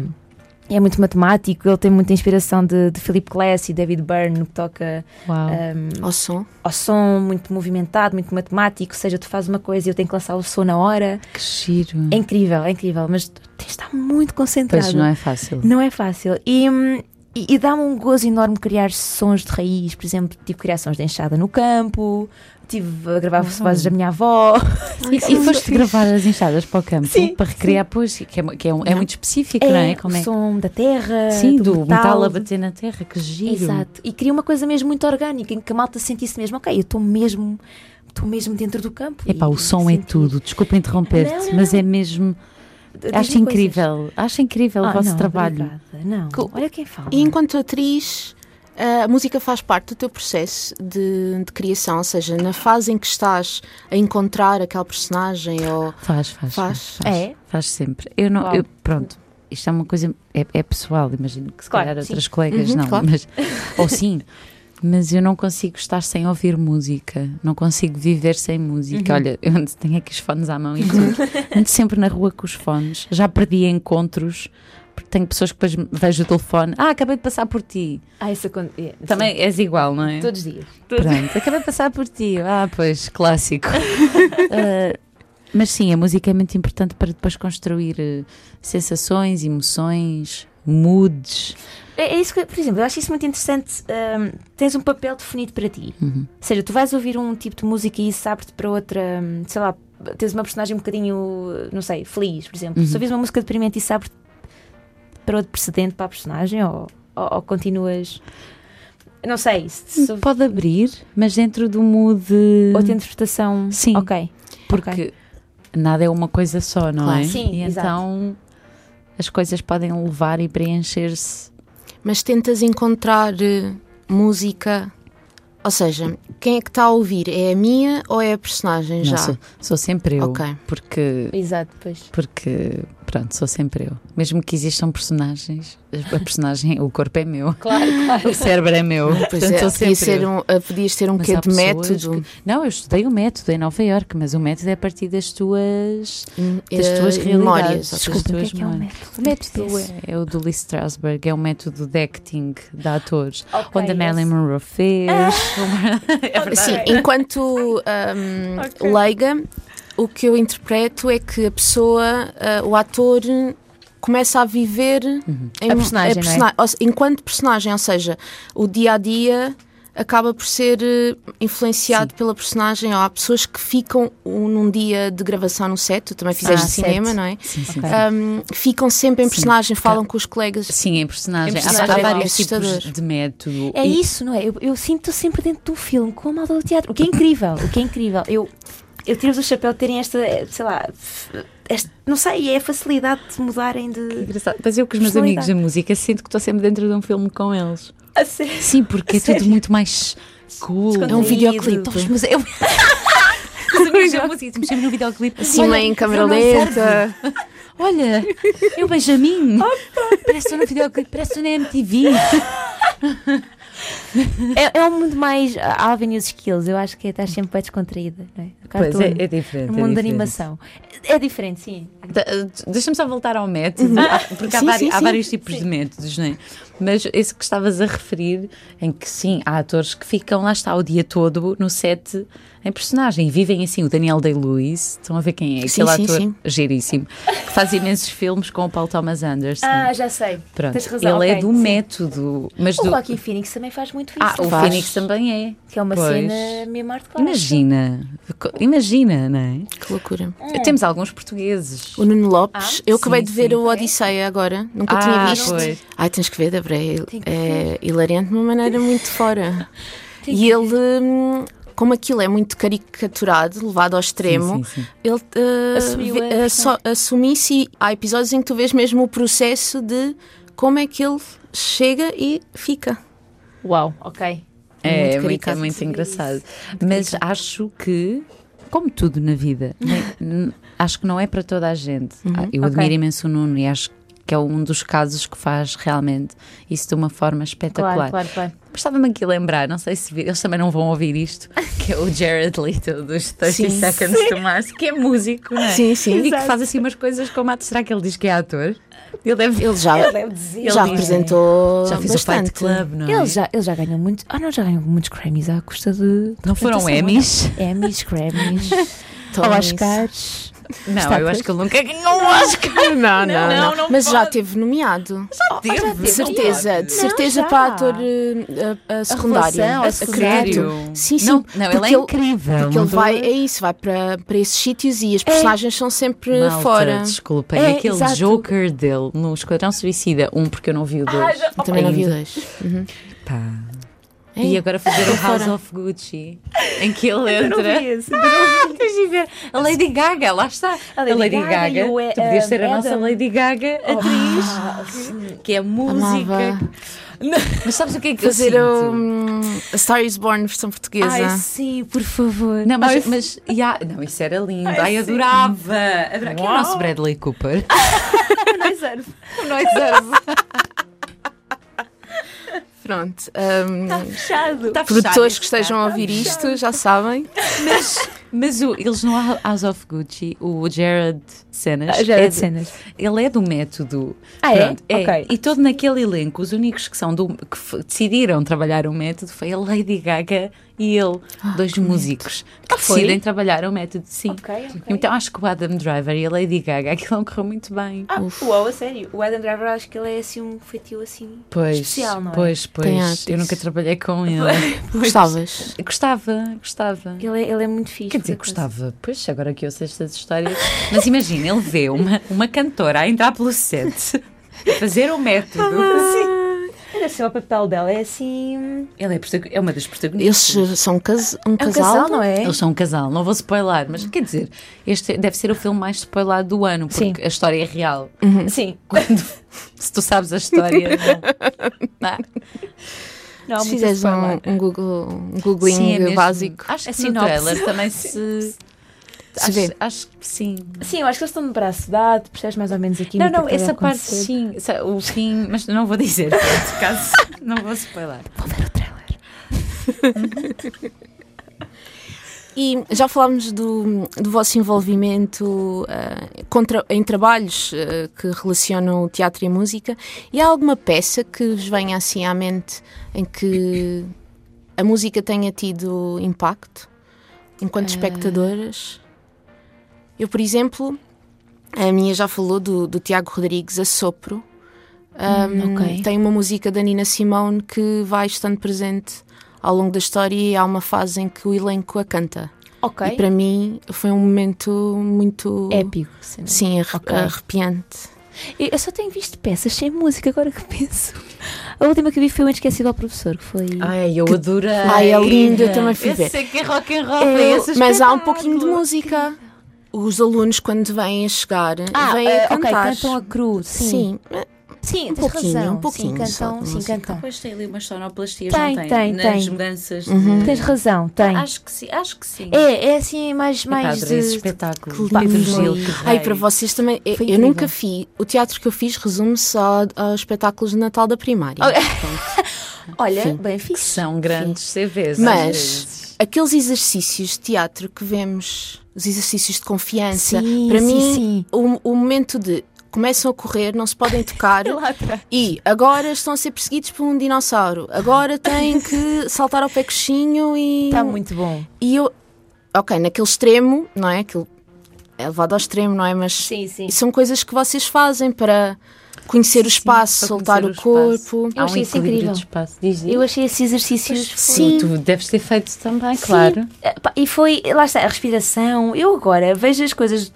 Speaker 6: é muito matemático, ele tem muita inspiração de, de Philip Glass e David Byrne no que toca
Speaker 5: Uau.
Speaker 6: ahm,
Speaker 3: Ao som?
Speaker 6: ao som, muito movimentado, muito matemático, ou seja, tu fazes uma coisa e eu tenho que lançar o som na hora.
Speaker 5: que giro.
Speaker 6: É incrível, é incrível, mas tu tens de estar muito concentrado.
Speaker 5: Pois não é fácil.
Speaker 6: Não é fácil. E, hum, e, e dá-me um gozo enorme criar sons de raiz, por exemplo, tive criações de enxada no campo, tive a gravar vozes da minha avó.
Speaker 5: E, e foste gravar as enxadas para o campo
Speaker 6: é Sim,
Speaker 5: para recriar, pois, que é, que é, um- é muito específico, não é? Como
Speaker 6: o
Speaker 5: é?
Speaker 6: som da terra,
Speaker 5: Sim, do, metal, a
Speaker 6: do-
Speaker 5: bater na terra, que giro.
Speaker 6: Exato. E queria uma coisa mesmo muito orgânica, em que a malta sentisse mesmo, ok, eu estou mesmo, estou mesmo dentro do campo.
Speaker 5: Epá,
Speaker 6: e-
Speaker 5: o som
Speaker 6: e
Speaker 5: é
Speaker 6: senti-
Speaker 5: tudo, desculpa
Speaker 6: Não,
Speaker 5: interromper-te,
Speaker 6: não,
Speaker 5: mas
Speaker 6: não.
Speaker 5: é mesmo.
Speaker 6: Dizem
Speaker 5: Acho
Speaker 6: coisas.
Speaker 5: incrível, acho incrível
Speaker 6: Ah,
Speaker 5: o vosso
Speaker 6: não,
Speaker 5: trabalho.
Speaker 6: obrigada. Não,
Speaker 3: Co-
Speaker 6: olha quem fala.
Speaker 3: E enquanto atriz, eh, a música faz parte do teu processo de, de criação, ou seja, na fase em que estás a encontrar aquela personagem ou
Speaker 5: Faz, faz.
Speaker 3: Faz.
Speaker 6: É?
Speaker 5: Faz sempre. Eu não,
Speaker 6: Uau.
Speaker 5: eu- pronto, isto é uma coisa, é, é pessoal, imagino que se
Speaker 6: Claro,
Speaker 5: calhar
Speaker 6: sim.
Speaker 5: outras colegas
Speaker 3: Uhum,
Speaker 5: não,
Speaker 3: claro.
Speaker 5: mas, ou sim, mas eu não consigo estar sem ouvir música, não consigo viver sem música.
Speaker 6: Uhum.
Speaker 5: Olha, eu ando- tenho aqui os fones à mão e tudo, ando sempre na rua com os fones, já perdi encontros. porque Tenho pessoas que depois vejo o telefone. Ah, acabei de passar por ti.
Speaker 6: Ah, isso acon- é, sim,
Speaker 5: Também és igual, não é?
Speaker 6: Todos os dias.
Speaker 5: Pronto, acabei de passar por ti. Ah, pois, clássico. Ah, mas sim, a música é muito importante para depois construir eh, sensações, emoções, moods.
Speaker 6: É, é isso que, por exemplo, eu acho isso muito interessante. hum, tens um papel definido para ti.
Speaker 5: Uhum.
Speaker 6: Ou seja, tu vais ouvir um tipo de música e isso abre-te para outra, hum, sei lá, tens uma personagem um bocadinho, não sei, feliz, por exemplo.
Speaker 5: Uhum.
Speaker 6: Se ouvires uma música deprimente, isso abre-te para outro precedente para a personagem ou, ou, ou continuas. Não sei, se, se
Speaker 5: Pode abrir, mas dentro do mood.
Speaker 6: outra interpretação.
Speaker 5: Sim.
Speaker 6: Ok.
Speaker 5: Porque nada é uma coisa só, não
Speaker 3: Claro.
Speaker 5: é?
Speaker 6: Sim,
Speaker 5: e
Speaker 6: exato.
Speaker 5: então as coisas podem levar e preencher-se.
Speaker 3: mas tentas encontrar eh, música. Ou seja, quem é que está a ouvir? É a minha ou é a personagem já?
Speaker 5: Não, sou, sou sempre eu.
Speaker 3: Ok.
Speaker 5: Porque
Speaker 6: Exato, pois.
Speaker 5: Porque, pronto, sou sempre eu. Mesmo que existam personagens, a personagem, o corpo é meu,
Speaker 6: Claro, claro.
Speaker 5: o cérebro é meu.
Speaker 3: Pois
Speaker 5: portanto,
Speaker 3: é,
Speaker 5: sou sempre
Speaker 3: podia ser
Speaker 5: eu.
Speaker 3: um, eh, podias ter um
Speaker 5: Mas
Speaker 3: quê
Speaker 5: há
Speaker 3: de
Speaker 5: pessoas
Speaker 3: método.
Speaker 5: que- Não, eu estudei o método em Nova Iorque, mas o método é a partir das tuas,
Speaker 3: Hum,
Speaker 5: das
Speaker 3: eh,
Speaker 5: tuas
Speaker 3: memórias.
Speaker 5: realidades. das
Speaker 6: Desculpa, o
Speaker 5: tuas
Speaker 6: que é que é um
Speaker 5: memórias.
Speaker 6: método?
Speaker 5: O método
Speaker 6: Esse.
Speaker 5: é, é o do Lee Strasberg, é o método de acting de atores,
Speaker 6: Ok,
Speaker 5: onde a Marilyn
Speaker 6: esse.
Speaker 5: Monroe fez.
Speaker 3: Ah!
Speaker 5: é verdade.
Speaker 3: Sim, enquanto hum, leiga, o que eu interpreto é que a pessoa, ah, o ator, começa a viver em- um-
Speaker 6: A personagem, não é?
Speaker 3: persona- ou se- enquanto personagem, ou seja, o dia a dia acaba por ser eh, influenciado pela personagem. Ou há pessoas que ficam um- num dia de gravação no set, tu também fizeste
Speaker 6: Ah,
Speaker 3: cinema,
Speaker 6: set.
Speaker 3: não é?
Speaker 5: Sim, sim,
Speaker 6: Ok.
Speaker 5: sim.
Speaker 3: Hum, ficam sempre em personagem, falam com os colegas.
Speaker 5: Sim, em personagem.
Speaker 3: Em
Speaker 5: Há-
Speaker 3: personagem,
Speaker 5: há,
Speaker 3: é
Speaker 5: vários
Speaker 3: assustador.
Speaker 5: tipos de método.
Speaker 6: É
Speaker 5: E-
Speaker 6: isso, não é? Eu, eu sinto sempre dentro de um filme com a malta do teatro. O que é incrível, o que é incrível. Eu, eu tiro-vos o chapéu de terem esta, eh, sei lá, este- não sei, é a facilidade de mudarem de.
Speaker 5: é Engraçado. Mas eu com os meus amigos
Speaker 6: Personalidade.
Speaker 5: da música sinto que estou sempre dentro de um filme com eles.
Speaker 6: A sério.
Speaker 5: Sim, porque é tudo muito mais cool.
Speaker 3: É um videoclipe.
Speaker 5: Então, os meus- eu- Os amigos da música, estamos sempre no videoclipe.
Speaker 3: Assim,
Speaker 5: Olha,
Speaker 3: meio em câmera
Speaker 5: eu não
Speaker 3: lenta.
Speaker 5: Olha, eu Benjamin. Parece que estou no videoclipe, parece que estou na MTV.
Speaker 6: É, é um mundo mais ah, Alvin e os skills. Eu acho que estás sempre bem descontraída, não é? Cartoon,
Speaker 5: diferente.
Speaker 6: No mundo da animação. É diferente, sim.
Speaker 5: Deixa-me só voltar ao método, há- porque há,
Speaker 6: Sim,
Speaker 5: vari-
Speaker 6: sim,
Speaker 5: há
Speaker 6: sim.
Speaker 5: vários tipos de métodos, não é? Mas esse que estavas a referir, em que sim, há atores que ficam lá está o dia todo no set, em em personagem. E vivem assim, o Daniel Day-Lewis, estão a ver quem é?
Speaker 3: Sim,
Speaker 5: Aquele
Speaker 3: sim,
Speaker 5: ator
Speaker 3: sim.
Speaker 5: giríssimo, que faz imensos filmes com o Paul Thomas Anderson.
Speaker 6: Ah, já sei.
Speaker 5: Pronto.
Speaker 6: Tens razão.
Speaker 5: Ele é
Speaker 6: ok,
Speaker 5: do
Speaker 6: sim.
Speaker 5: método, mas
Speaker 6: O
Speaker 5: do...
Speaker 6: Joaquim Phoenix também faz muito isso.
Speaker 5: Ah, o
Speaker 6: faz.
Speaker 5: Phoenix também é.
Speaker 6: Que é uma
Speaker 5: Pois.
Speaker 6: cena mesmo arte clássica.
Speaker 5: Imagina, co- imagina, não é?
Speaker 3: Que loucura.
Speaker 5: Temos alguns portugueses.
Speaker 3: O Nuno Lopes, eu
Speaker 5: Ah, sim,
Speaker 3: acabei de ver
Speaker 5: sim.
Speaker 3: o Odisseia agora, nunca
Speaker 5: Ah,
Speaker 3: tinha visto.
Speaker 5: pois.
Speaker 3: Ai, tens que ver, Débora, é, é hilariante de uma maneira muito fora. e ele, hum, como aquilo é muito caricaturado, levado ao extremo,
Speaker 5: sim, sim.
Speaker 3: ele uh,
Speaker 6: Assumiu
Speaker 3: vê-
Speaker 6: a
Speaker 3: uh, só- assumisse. Há episódios em que tu vês mesmo o processo de como é que ele chega e fica.
Speaker 5: Uau.
Speaker 6: Ok.
Speaker 5: É, é
Speaker 3: Muito
Speaker 5: muito, é
Speaker 3: caricato.
Speaker 5: muito engraçado. Mas acho que, como tudo na vida, nem- n- acho que não é para toda a gente. Ah, Eu admiro
Speaker 6: Uhum. Ok.
Speaker 5: imenso o Nuno e acho que é um dos casos que faz realmente isso de uma forma espetacular.
Speaker 6: Claro, claro, claro.
Speaker 5: Gostava-me aqui lembrar, não sei se vi- eles também não vão ouvir isto, que é o Jared Leto dos 30
Speaker 3: Sim.
Speaker 5: Seconds to Mars, que é músico, não é?
Speaker 3: Sim, sim.
Speaker 5: E que faz assim umas coisas como ato. Será que ele diz que é ator? Ele deve.
Speaker 3: Ele já,
Speaker 6: Deve dizer.
Speaker 5: ele
Speaker 3: já
Speaker 5: diz,
Speaker 3: representou
Speaker 5: Já fez
Speaker 3: bastante.
Speaker 5: o Fight Club, não é?
Speaker 6: Ele já, ele já ganhou muito. Ah, não, já ganhou muitos Grammys à custa de.
Speaker 5: Não foram
Speaker 6: representação,
Speaker 5: Emmys?
Speaker 6: não? Emmys, Grammys,
Speaker 3: Toma isso.
Speaker 6: Oscars.
Speaker 5: Não,
Speaker 6: Está
Speaker 5: eu
Speaker 6: a
Speaker 5: acho que ele nunca ganhou um Oscar.
Speaker 3: Não, não,
Speaker 5: não, não
Speaker 3: Mas já
Speaker 5: pode.
Speaker 3: teve nomeado.
Speaker 6: Oh,
Speaker 5: Teve.
Speaker 3: De certeza, de certeza
Speaker 6: já.
Speaker 3: para ator eh, a, a secundário.
Speaker 6: revelação, a
Speaker 3: Acredito.
Speaker 5: secundário.
Speaker 3: Sim, sim.
Speaker 5: Não, não, ele é
Speaker 3: porque
Speaker 5: incrível,
Speaker 3: Porque
Speaker 5: não
Speaker 3: ele
Speaker 5: dou-
Speaker 3: vai, é isso, vai para, para esses sítios e as personagens são sempre
Speaker 5: É. Malta,
Speaker 3: fora.
Speaker 5: desculpem,
Speaker 6: É,
Speaker 5: aquele
Speaker 6: exato.
Speaker 5: Joker dele no Esquadrão Suicida, um porque eu não
Speaker 3: Ah,
Speaker 5: vi o dois.
Speaker 3: Eu Também não vi
Speaker 5: ainda.
Speaker 3: dois.
Speaker 5: Pá.
Speaker 3: É.
Speaker 5: E agora fazer o House
Speaker 3: fora.
Speaker 5: of Gucci, em que ele entra. Ah, tens de ver. A Lady Gaga, lá está. A Lady, Gaga.
Speaker 6: e o, eh,
Speaker 5: tu podias ser a Oh,
Speaker 6: Adam.
Speaker 5: nossa Lady Gaga atriz, que é música.
Speaker 3: Amava.
Speaker 5: Não, Mas sabes o que é que
Speaker 3: Fazer
Speaker 5: eu
Speaker 3: o,
Speaker 5: sinto?
Speaker 3: hum, a Star is Born versão portuguesa.
Speaker 5: Ai, sim, por favor. Não, mas, mas yeah, não, isso era lindo. Ai, adorava. adorava. Quem é o nosso Bradley Cooper? o Noiserve.
Speaker 3: Pronto. hum,
Speaker 5: Tá
Speaker 6: Fechado.
Speaker 5: Está
Speaker 3: produtores que estejam a
Speaker 5: tá
Speaker 3: ouvir isto já sabem.
Speaker 5: Mas, mas o, eles não há House of Gucci, o Jared Cenas.
Speaker 6: Ah, Jared Cenas.
Speaker 5: Ele é do método.
Speaker 6: Ah, é? Ok.
Speaker 5: E todo naquele elenco, os únicos que, são do, que f- decidiram trabalhar o método foi a Lady Gaga e ele,
Speaker 6: Ah,
Speaker 5: dois músicos, que decidem trabalhar o método, sim.
Speaker 6: Ok, ok.
Speaker 5: Então acho que o Adam Driver e a Lady Gaga, aquilo não correu muito bem.
Speaker 6: Ah, uau, a sério. O Adam Driver acho que ele é assim um feitio assim.
Speaker 5: Pois,
Speaker 6: especial, não é?
Speaker 5: pois,
Speaker 3: Tem
Speaker 5: pois.
Speaker 3: artes.
Speaker 5: Eu nunca trabalhei com ele.
Speaker 3: Gostavas?
Speaker 5: Gostava, gostava.
Speaker 6: Ele é, ele é muito fixe.
Speaker 5: Quer dizer,
Speaker 6: por acaso.
Speaker 5: gostava. Pois, agora que eu sei estas histórias. Mas imagina, ele vê uma, uma cantora a entrar pelo set, a fazer o método. Ah, Sim.
Speaker 6: Era assim, o papel dela é assim.
Speaker 5: Ele é, protago- é uma das protagonistas.
Speaker 3: Eles eh, são um, cas um
Speaker 6: É um
Speaker 3: casal.
Speaker 6: casal, não é?
Speaker 5: Eles são um casal, não vou spoiler, mas quer dizer, este deve ser o filme mais spoilado do ano, porque
Speaker 6: Sim.
Speaker 5: a história é real.
Speaker 6: Sim.
Speaker 5: Quando- se tu sabes a história, não. é? Ah, Não.
Speaker 6: Não, há
Speaker 3: Se
Speaker 6: muito
Speaker 3: fizeres um,
Speaker 6: spoiler.
Speaker 3: um, Google, um googling
Speaker 5: Sim, é mesmo.
Speaker 3: básico.
Speaker 5: Acho que
Speaker 6: A
Speaker 5: no
Speaker 6: sinopse.
Speaker 5: trailer também se.
Speaker 3: Se
Speaker 5: acho,
Speaker 3: vê.
Speaker 5: acho que sim.
Speaker 6: Sim, eu acho que eles estão de braço dado, percebes mais ou menos aqui.
Speaker 5: um?
Speaker 6: é
Speaker 5: Não, não, essa parte sim, essa- o fim, mas não vou dizer, pronto, caso não vou spoiler.
Speaker 6: Vou ver o trailer.
Speaker 3: E já falámos do, do vosso envolvimento ah, contra- em trabalhos ah, que relacionam o teatro e a música. E há alguma peça que vos venha assim à mente em que a música tenha tido impacto
Speaker 5: Eh,
Speaker 3: enquanto espectadoras? Eu, por exemplo, a minha já falou do, do Tiago Rodrigues, a Sopro. Ahm,
Speaker 6: Hum, ok.
Speaker 3: Hum, Tem uma música da Nina Simone que vai estando presente ao longo da história e há uma fase em que o elenco a canta.
Speaker 6: Ok.
Speaker 3: E para mim foi um momento muito.
Speaker 6: Épico, sim.
Speaker 3: Sim, arre-
Speaker 6: Ok.
Speaker 3: arrepiante.
Speaker 6: Eu eu só tenho visto peças sem música, agora que penso. A última que vi foi o Esquecido ao Professor, que foi.
Speaker 3: Ah,
Speaker 5: Ai, eu adorei.
Speaker 3: Ai, é lindo, eu também fui ver.
Speaker 5: Esse é que é rock and roll, é esse
Speaker 3: Mas há um
Speaker 5: espetáculo.
Speaker 3: pouquinho de música. Os alunos, quando vêm a chegar, vêm
Speaker 6: eh,
Speaker 3: a cantar.
Speaker 6: ok, cantam a cru, sim.
Speaker 3: Sim,
Speaker 6: Sim,
Speaker 3: Um
Speaker 6: tens
Speaker 3: pouquinho,
Speaker 6: razão.
Speaker 3: um pouquinho
Speaker 6: sim,
Speaker 3: só
Speaker 6: cantam,
Speaker 3: de
Speaker 6: sim,
Speaker 3: música.
Speaker 6: cantam.
Speaker 5: Depois tem ali umas sonoplastias,
Speaker 6: Tem,
Speaker 5: não tem?
Speaker 6: tem,
Speaker 5: Nas
Speaker 6: tem.
Speaker 5: mudanças. de-
Speaker 3: Uhum.
Speaker 6: Tens razão, tem.
Speaker 5: Acho que sim, acho que sim.
Speaker 6: É, é assim, mais. mais
Speaker 5: adorei esse
Speaker 6: de...
Speaker 5: espetáculo.
Speaker 3: Que
Speaker 5: Pá,
Speaker 3: lindo.
Speaker 5: Virgílio, que
Speaker 3: Ai,
Speaker 5: rei.
Speaker 3: para vocês também. Eu,
Speaker 6: Foi
Speaker 3: eu
Speaker 6: incrível.
Speaker 3: nunca fiz. O teatro que eu fiz resume-se ao- aos espetáculos de Natal da primária.
Speaker 6: Olha, bem
Speaker 5: Que
Speaker 6: fixe.
Speaker 5: São grandes CVs. às vezes.
Speaker 3: Mas aqueles exercícios de teatro que vemos, os exercícios de confiança,
Speaker 6: Sim,
Speaker 3: para
Speaker 6: sim,
Speaker 3: mim,
Speaker 6: sim.
Speaker 3: O, o momento de começam a correr, não se podem tocar e agora estão a ser perseguidos por um
Speaker 6: Tá
Speaker 3: dinossauro, agora têm que saltar ao pé coxinho e.
Speaker 6: Está muito bom.
Speaker 3: E eu ok, naquele extremo, não é? Aquilo é levado ao extremo, não é? Mas
Speaker 6: Sim, sim.
Speaker 3: e são coisas que vocês fazem para conhecer o
Speaker 5: Sim,
Speaker 3: espaço,
Speaker 5: para
Speaker 3: soltar o
Speaker 5: conhecer o espaço.
Speaker 3: corpo.
Speaker 5: Há um
Speaker 6: achei isso
Speaker 5: equilíbrio
Speaker 6: incrível.
Speaker 5: de espaço. Diz, diz.
Speaker 6: Eu achei esses exercícios.
Speaker 3: Sim.
Speaker 5: Tu deves ter feito também, claro.
Speaker 6: Sim. Eh, pá, E foi, lá está, a respiração. Eu agora vejo as coisas,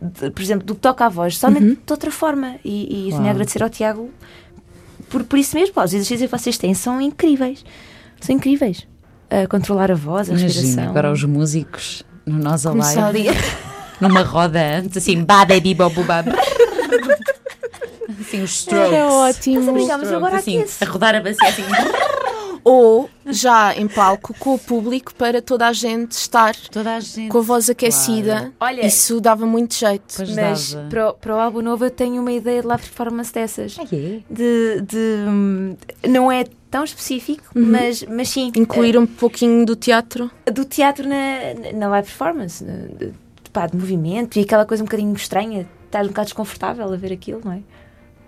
Speaker 6: de- por exemplo, do que toca à voz, somente
Speaker 5: Uhum.
Speaker 6: de outra forma. E, e tenho a agradecer ao Tiago por, por isso mesmo. pá, Os exercícios que vocês têm são incríveis. São incríveis. A controlar a voz, a
Speaker 5: Imagina
Speaker 6: respiração.
Speaker 5: agora os músicos no Nós ao
Speaker 3: Começar
Speaker 5: Live, numa roda antes, assim, ba baby bobu ba brrr. Assim, os strokes.
Speaker 3: Era
Speaker 6: Mas
Speaker 3: ótimo.
Speaker 6: brincávamos agora
Speaker 5: Assim,
Speaker 6: aqui.
Speaker 5: a rodar a bacia assim.
Speaker 3: Ou já em palco com o público para toda a gente estar
Speaker 5: Toda a gente.
Speaker 3: com a voz aquecida.
Speaker 6: Olha-
Speaker 3: Isso dava muito jeito.
Speaker 5: Pois
Speaker 6: Mas
Speaker 5: dava.
Speaker 6: para o, para o álbum novo eu tenho uma ideia de lá performance dessas.
Speaker 5: Ah, é?
Speaker 6: De, de, hum, não é tão específico,
Speaker 5: Uhum.
Speaker 6: mas, mas sim.
Speaker 3: Incluir um pouquinho do teatro.
Speaker 6: eh, do teatro na, na- na live performance, na- de, pá, de movimento e aquela coisa um bocadinho estranha. Estás um bocado desconfortável a ver aquilo, não é?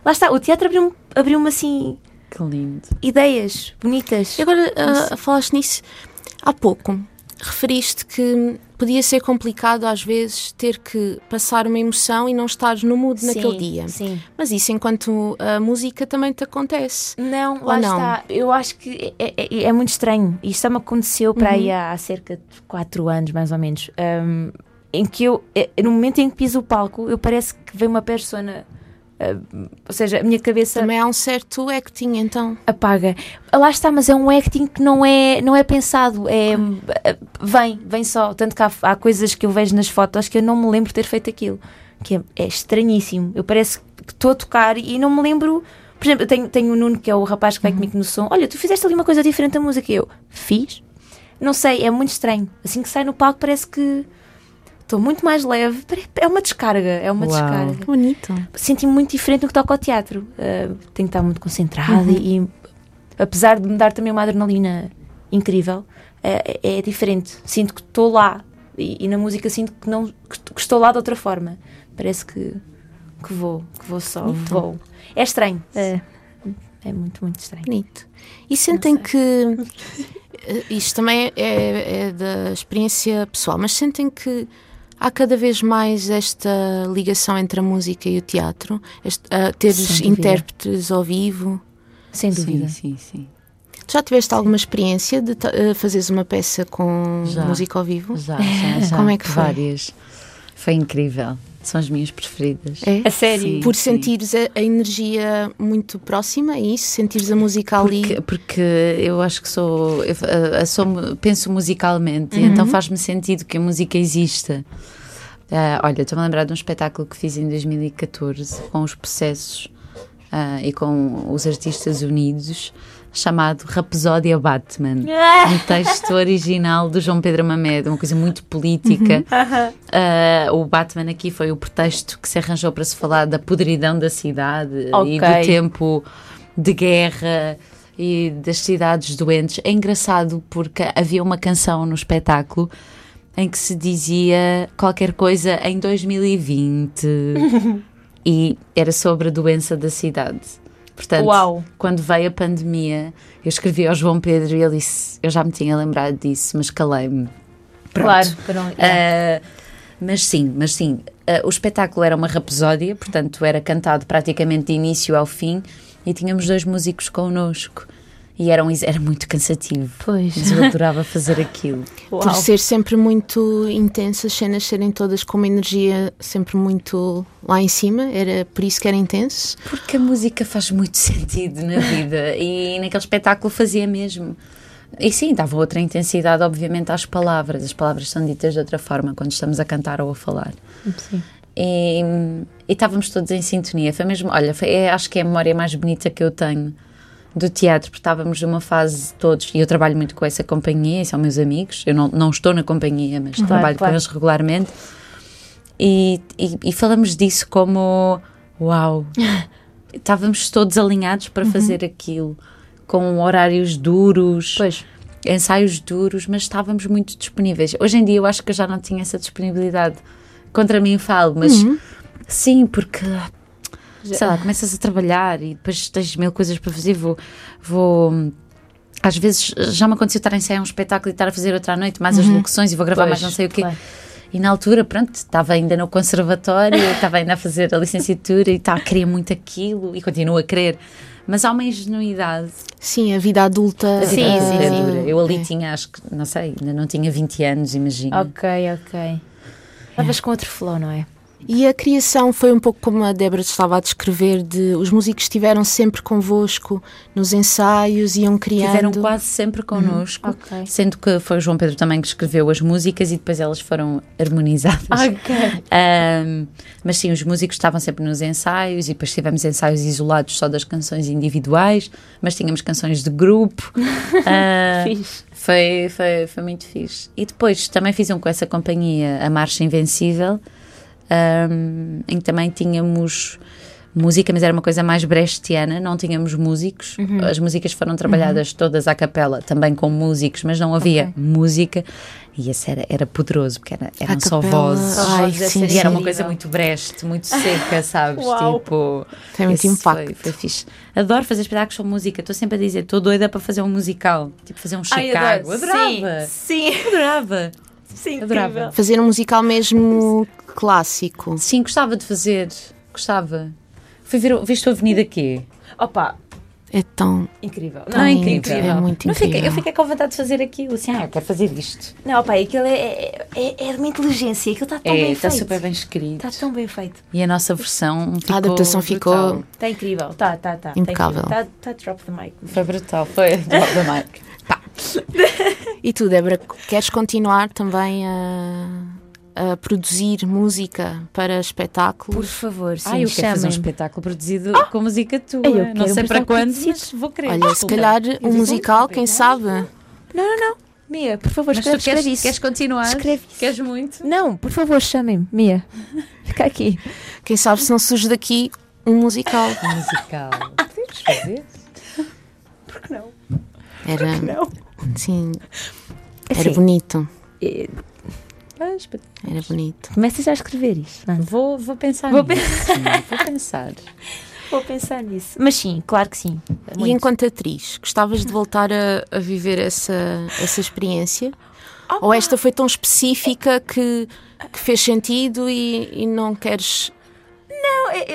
Speaker 6: Lá está, o teatro abriu-me abriu assim
Speaker 5: Que lindo.
Speaker 6: ideias bonitas.
Speaker 3: E agora ah, falaste nisso há pouco. Referiste que podia ser complicado às vezes ter que passar uma emoção e não estar no mood naquele dia.
Speaker 6: Sim.
Speaker 3: Mas isso enquanto a música também te acontece.
Speaker 6: Não, lá
Speaker 3: Ou não?
Speaker 6: está. Eu acho que é, é- é muito estranho. Isto só me aconteceu para
Speaker 3: Uhum.
Speaker 6: aí há, há cerca de 4 anos, mais ou menos. hum, em que eu, eh, no momento em que piso o palco, eu parece que veio uma persona. hum, ou seja, a minha cabeça
Speaker 3: Também há um certo acting, então.
Speaker 6: apaga. Lá está, mas é um acting que não é, não é pensado. É, Vem, vem só. Tanto que há, há coisas que eu vejo nas fotos que eu não me lembro de ter feito aquilo. Que é, é estranhíssimo. Eu parece que estou a tocar e não me lembro. Por exemplo, eu tenho, tenho o Nuno, que é o rapaz que vai comigo no som. Olha, tu fizeste ali uma coisa diferente da música. E Eu fiz. Não sei, é muito estranho. Assim que sai no palco, parece que estou muito mais leve. Pare- É uma descarga. É uma
Speaker 5: Uau.
Speaker 6: descarga
Speaker 3: Bonito.
Speaker 6: senti-me muito diferente no que toca ao teatro. Uh, tenho que estar muito concentrada e, e apesar de me dar também uma adrenalina incrível, uh, é, é diferente. Sinto que estou lá e, e na música sinto que, não, que, que estou lá de outra forma. Parece que, que vou, que vou só, vou. É estranho. É, é muito, muito estranho.
Speaker 3: Bonito. E sentem que. eh, Isto também é, é da experiência pessoal, mas sentem que há cada vez mais esta ligação entre a música e o teatro? Este, ah, teres
Speaker 6: Sem dúvida.
Speaker 3: intérpretes ao vivo?
Speaker 6: Sem dúvida.
Speaker 5: Sim, sim, sim.
Speaker 3: Tu já tiveste alguma experiência de ta- eh, fazeres uma peça com
Speaker 5: Já.
Speaker 3: música ao vivo?
Speaker 5: Já, já, já.
Speaker 3: Como é que foi?
Speaker 5: Várias. Foi incrível. São as minhas preferidas.
Speaker 3: É?
Speaker 6: A sério?
Speaker 5: Sim,
Speaker 3: Por
Speaker 5: sim.
Speaker 3: sentires a, a energia muito próxima, é isso? Sentires a música ali?
Speaker 5: Porque, porque eu acho que sou, eu, eh, sou- penso musicalmente, e então faz-me sentido que a música exista. Ah, olha, estou-me a lembrar de um espetáculo que fiz em 2014 com os processos ah, e com os artistas unidos, chamado Rapsódia Batman.
Speaker 6: Ah,
Speaker 5: Um texto original do João Pedro Mamed, uma coisa muito política. Ah, o Batman aqui foi o pretexto que se arranjou para se falar da podridão da cidade e
Speaker 6: Ok.
Speaker 5: do tempo de guerra e das cidades doentes. É engraçado porque havia uma canção no espetáculo em que se dizia qualquer coisa em 2020 e era sobre a doença da cidade. Portanto,
Speaker 6: Uau.
Speaker 5: quando veio a pandemia, eu escrevi ao João Pedro e ele disse: Eu já me tinha lembrado disso, mas calei-me.
Speaker 6: Claro, para não-
Speaker 5: Ah, mas sim, mas sim. Ah, o espetáculo era uma rapsódia, portanto era cantado praticamente de início ao fim e tínhamos dois músicos connosco. E era, um ex- era muito cansativo.
Speaker 6: Pois.
Speaker 5: Mas eu adorava fazer aquilo.
Speaker 3: Por ser sempre muito intenso, as cenas serem todas com uma energia sempre muito lá em cima, era por isso que era intenso.
Speaker 5: Porque a música faz muito sentido na vida e naquele espetáculo fazia mesmo. E sim, dava outra intensidade, obviamente, às palavras. As palavras são ditas de outra forma quando estamos a cantar ou a falar. E, e estávamos todos em sintonia. Foi mesmo, olha, foi- é- acho que é a memória mais bonita que eu tenho do teatro, porque estávamos numa fase todos, e eu trabalho muito com essa companhia, e são meus amigos. Eu não, não estou na companhia, mas trabalho
Speaker 6: claro.
Speaker 5: com eles regularmente. E, e, e falamos disso como: uau, estávamos todos alinhados para fazer aquilo, com horários duros,
Speaker 6: Pois.
Speaker 5: ensaios duros, mas estávamos muito disponíveis. Hoje em dia eu acho que eu já não tinha essa disponibilidade. Contra mim falo, mas sim, porque sei lá, começas a trabalhar e depois tens mil coisas para fazer, vou, vou às vezes já me aconteceu estar em sair a um espetáculo e estar a fazer outra à noite, mais
Speaker 3: Uhum.
Speaker 5: as locuções e vou gravar mais não sei o quê.
Speaker 6: claro.
Speaker 5: E na altura, pronto, estava ainda no conservatório, estava ainda a fazer a licenciatura e tal, queria muito aquilo e continuo a querer. Mas há uma ingenuidade.
Speaker 3: Sim, a vida adulta.
Speaker 5: A vida
Speaker 3: eh,
Speaker 5: adulta é dura. Eu ali
Speaker 3: é.
Speaker 5: tinha, acho que, não sei, ainda não tinha 20 anos, imagino.
Speaker 6: Ok, ok. Estavas com outro flow, não é?
Speaker 3: E a criação foi um pouco como a Débora te estava a descrever, de os músicos estiveram sempre convosco nos ensaios, iam criando.
Speaker 5: Tiveram quase sempre connosco,
Speaker 6: ok.
Speaker 5: sendo que foi o João Pedro também que escreveu as músicas e depois elas foram harmonizadas.
Speaker 6: Ok.
Speaker 5: Ahm, mas sim, os músicos estavam sempre nos ensaios e depois tivemos ensaios isolados só das canções individuais, mas tínhamos canções de grupo. Ah,
Speaker 6: Fiz.
Speaker 5: foi, foi, foi muito fixe. E depois também fizeram com essa companhia a Marcha Invencível, ahm, em que também tínhamos música, mas era uma coisa mais brechtiana, não tínhamos músicos.
Speaker 3: Uhum.
Speaker 5: As músicas foram trabalhadas todas à capela, também com músicos, mas não havia música. E esse era, era poderoso, porque era, eram só
Speaker 3: capela.
Speaker 5: vozes.
Speaker 3: Ai,
Speaker 6: Só vozes,
Speaker 3: sim,
Speaker 5: E era uma
Speaker 3: sim.
Speaker 5: coisa muito breste, muito seca, sabes?
Speaker 6: Uau.
Speaker 5: Tipo.
Speaker 3: Tem muito
Speaker 5: esse
Speaker 3: impacto.
Speaker 5: Foi, foi fixe. Adoro fazer espetáculos com música. Estou sempre a dizer, estou doida para fazer um musical. Tipo, fazer um
Speaker 6: Ai,
Speaker 5: Chicago.
Speaker 6: adoro.
Speaker 5: adorava.
Speaker 6: Sim, sim,
Speaker 5: Adorava.
Speaker 6: sim,
Speaker 5: Adorava.
Speaker 6: incrível.
Speaker 3: Fazer um musical mesmo clássico.
Speaker 5: Sim, gostava de fazer. Gostava. Fui ver, viste a Avenida aqui?
Speaker 6: Opa,
Speaker 3: É tão.
Speaker 6: incrível.
Speaker 5: Não, é
Speaker 3: Ai,
Speaker 5: incrível.
Speaker 3: é muito
Speaker 5: Não fiquei-
Speaker 3: incrível.
Speaker 5: eu fiquei com vontade de fazer aquilo. Assim, ah, eu quero fazer isto.
Speaker 6: Não, opa, aquilo é, é, é- é de uma inteligência. Aquilo está tão
Speaker 5: É,
Speaker 6: bem
Speaker 5: está
Speaker 6: feito.
Speaker 5: super bem escrito.
Speaker 6: Está tão bem feito.
Speaker 5: E a nossa versão ficou
Speaker 3: A adaptação
Speaker 5: brutal.
Speaker 3: ficou.
Speaker 6: Está incrível. Está, está, está.
Speaker 3: Impecável.
Speaker 6: Está tá drop the mic.
Speaker 5: Foi brutal. Foi. Drop the mic.
Speaker 3: E tu, Débora, queres continuar também a, a produzir música para
Speaker 6: Por
Speaker 3: espetáculos?
Speaker 6: favor, sim,
Speaker 5: Ah, eu Ah! quero fazer um
Speaker 6: chamem-me.
Speaker 5: espetáculo produzido com música tua.
Speaker 6: eu quero um
Speaker 5: não sei para
Speaker 6: espetáculo
Speaker 5: quando,
Speaker 6: produzido.
Speaker 5: mas vou querer.
Speaker 3: Olha, se
Speaker 5: Desculpa.
Speaker 3: calhar
Speaker 6: Eu
Speaker 3: um
Speaker 6: disse
Speaker 3: musical,
Speaker 6: desculpa,
Speaker 3: quem
Speaker 6: não.
Speaker 3: sabe?
Speaker 6: Não, não, não. Mia, por favor,
Speaker 5: Mas tu
Speaker 6: escreve,
Speaker 5: queres,
Speaker 6: escreve isso.
Speaker 5: queres continuar?
Speaker 6: Escreve isso.
Speaker 5: Queres muito?
Speaker 6: Não, por favor, chamem-me. Mia, fica aqui.
Speaker 3: Quem sabe se não surge daqui um musical?
Speaker 5: Musical. Podemos fazer?
Speaker 3: Era.
Speaker 6: Não.
Speaker 3: Sim, era
Speaker 6: Assim,
Speaker 3: bonito.
Speaker 6: eh,
Speaker 5: Mas, pá,
Speaker 3: Era bonito.
Speaker 6: começa já a escrever isto. não é?
Speaker 5: Vou, vou pensar
Speaker 6: Vou
Speaker 5: nisso. Vou pensar.
Speaker 6: Vou pensar nisso. Mas sim, claro que sim.
Speaker 3: E
Speaker 6: É Muito.
Speaker 3: enquanto atriz, gostavas de voltar a, a viver essa, essa experiência? Ou esta foi tão específica que, que fez sentido e, e não queres.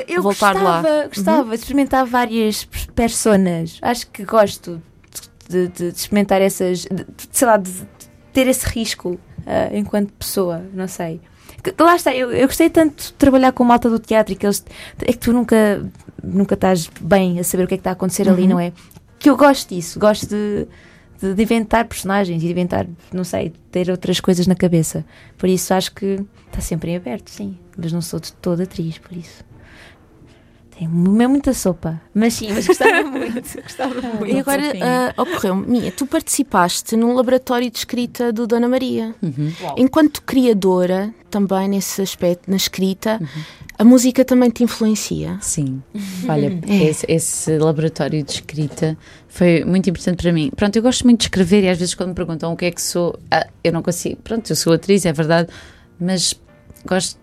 Speaker 6: eu, eu
Speaker 3: Voltar
Speaker 6: gostava,
Speaker 3: lá. Uhum.
Speaker 6: gostava de experimentar várias pers- personas. Acho que gosto de, de- de experimentar essas, de, de- sei lá, de, de ter esse risco ah, enquanto pessoa, não sei. Que- Lá está, eu, eu gostei tanto de trabalhar com a malta do teatro e que eles, é que tu nunca, nunca estás bem a saber o que é que está a acontecer ali,
Speaker 3: Uhum.
Speaker 6: não é? Que eu gosto disso, gosto de, de, de inventar personagens e de inventar, não sei, de ter outras coisas na cabeça. Por isso acho que está sempre em aberto, sim. Mas não sou de toda atriz, por isso. Tenho mu- é muita sopa. Mas sim, mas gostava muito. Gostava muito.
Speaker 3: E agora ah, ocorreu-me, Minha, tu participaste num laboratório de escrita do Dona Maria.
Speaker 5: Uhum.
Speaker 3: Enquanto criadora, também nesse aspecto, na escrita,
Speaker 5: Uhum.
Speaker 3: a música também te influencia.
Speaker 5: Sim. Olha, esse, esse laboratório de escrita foi muito importante para mim. Pronto, eu gosto muito de escrever e às vezes quando me perguntam o que é que sou, ah, eu não consigo. Pronto, eu sou atriz, é verdade, mas gosto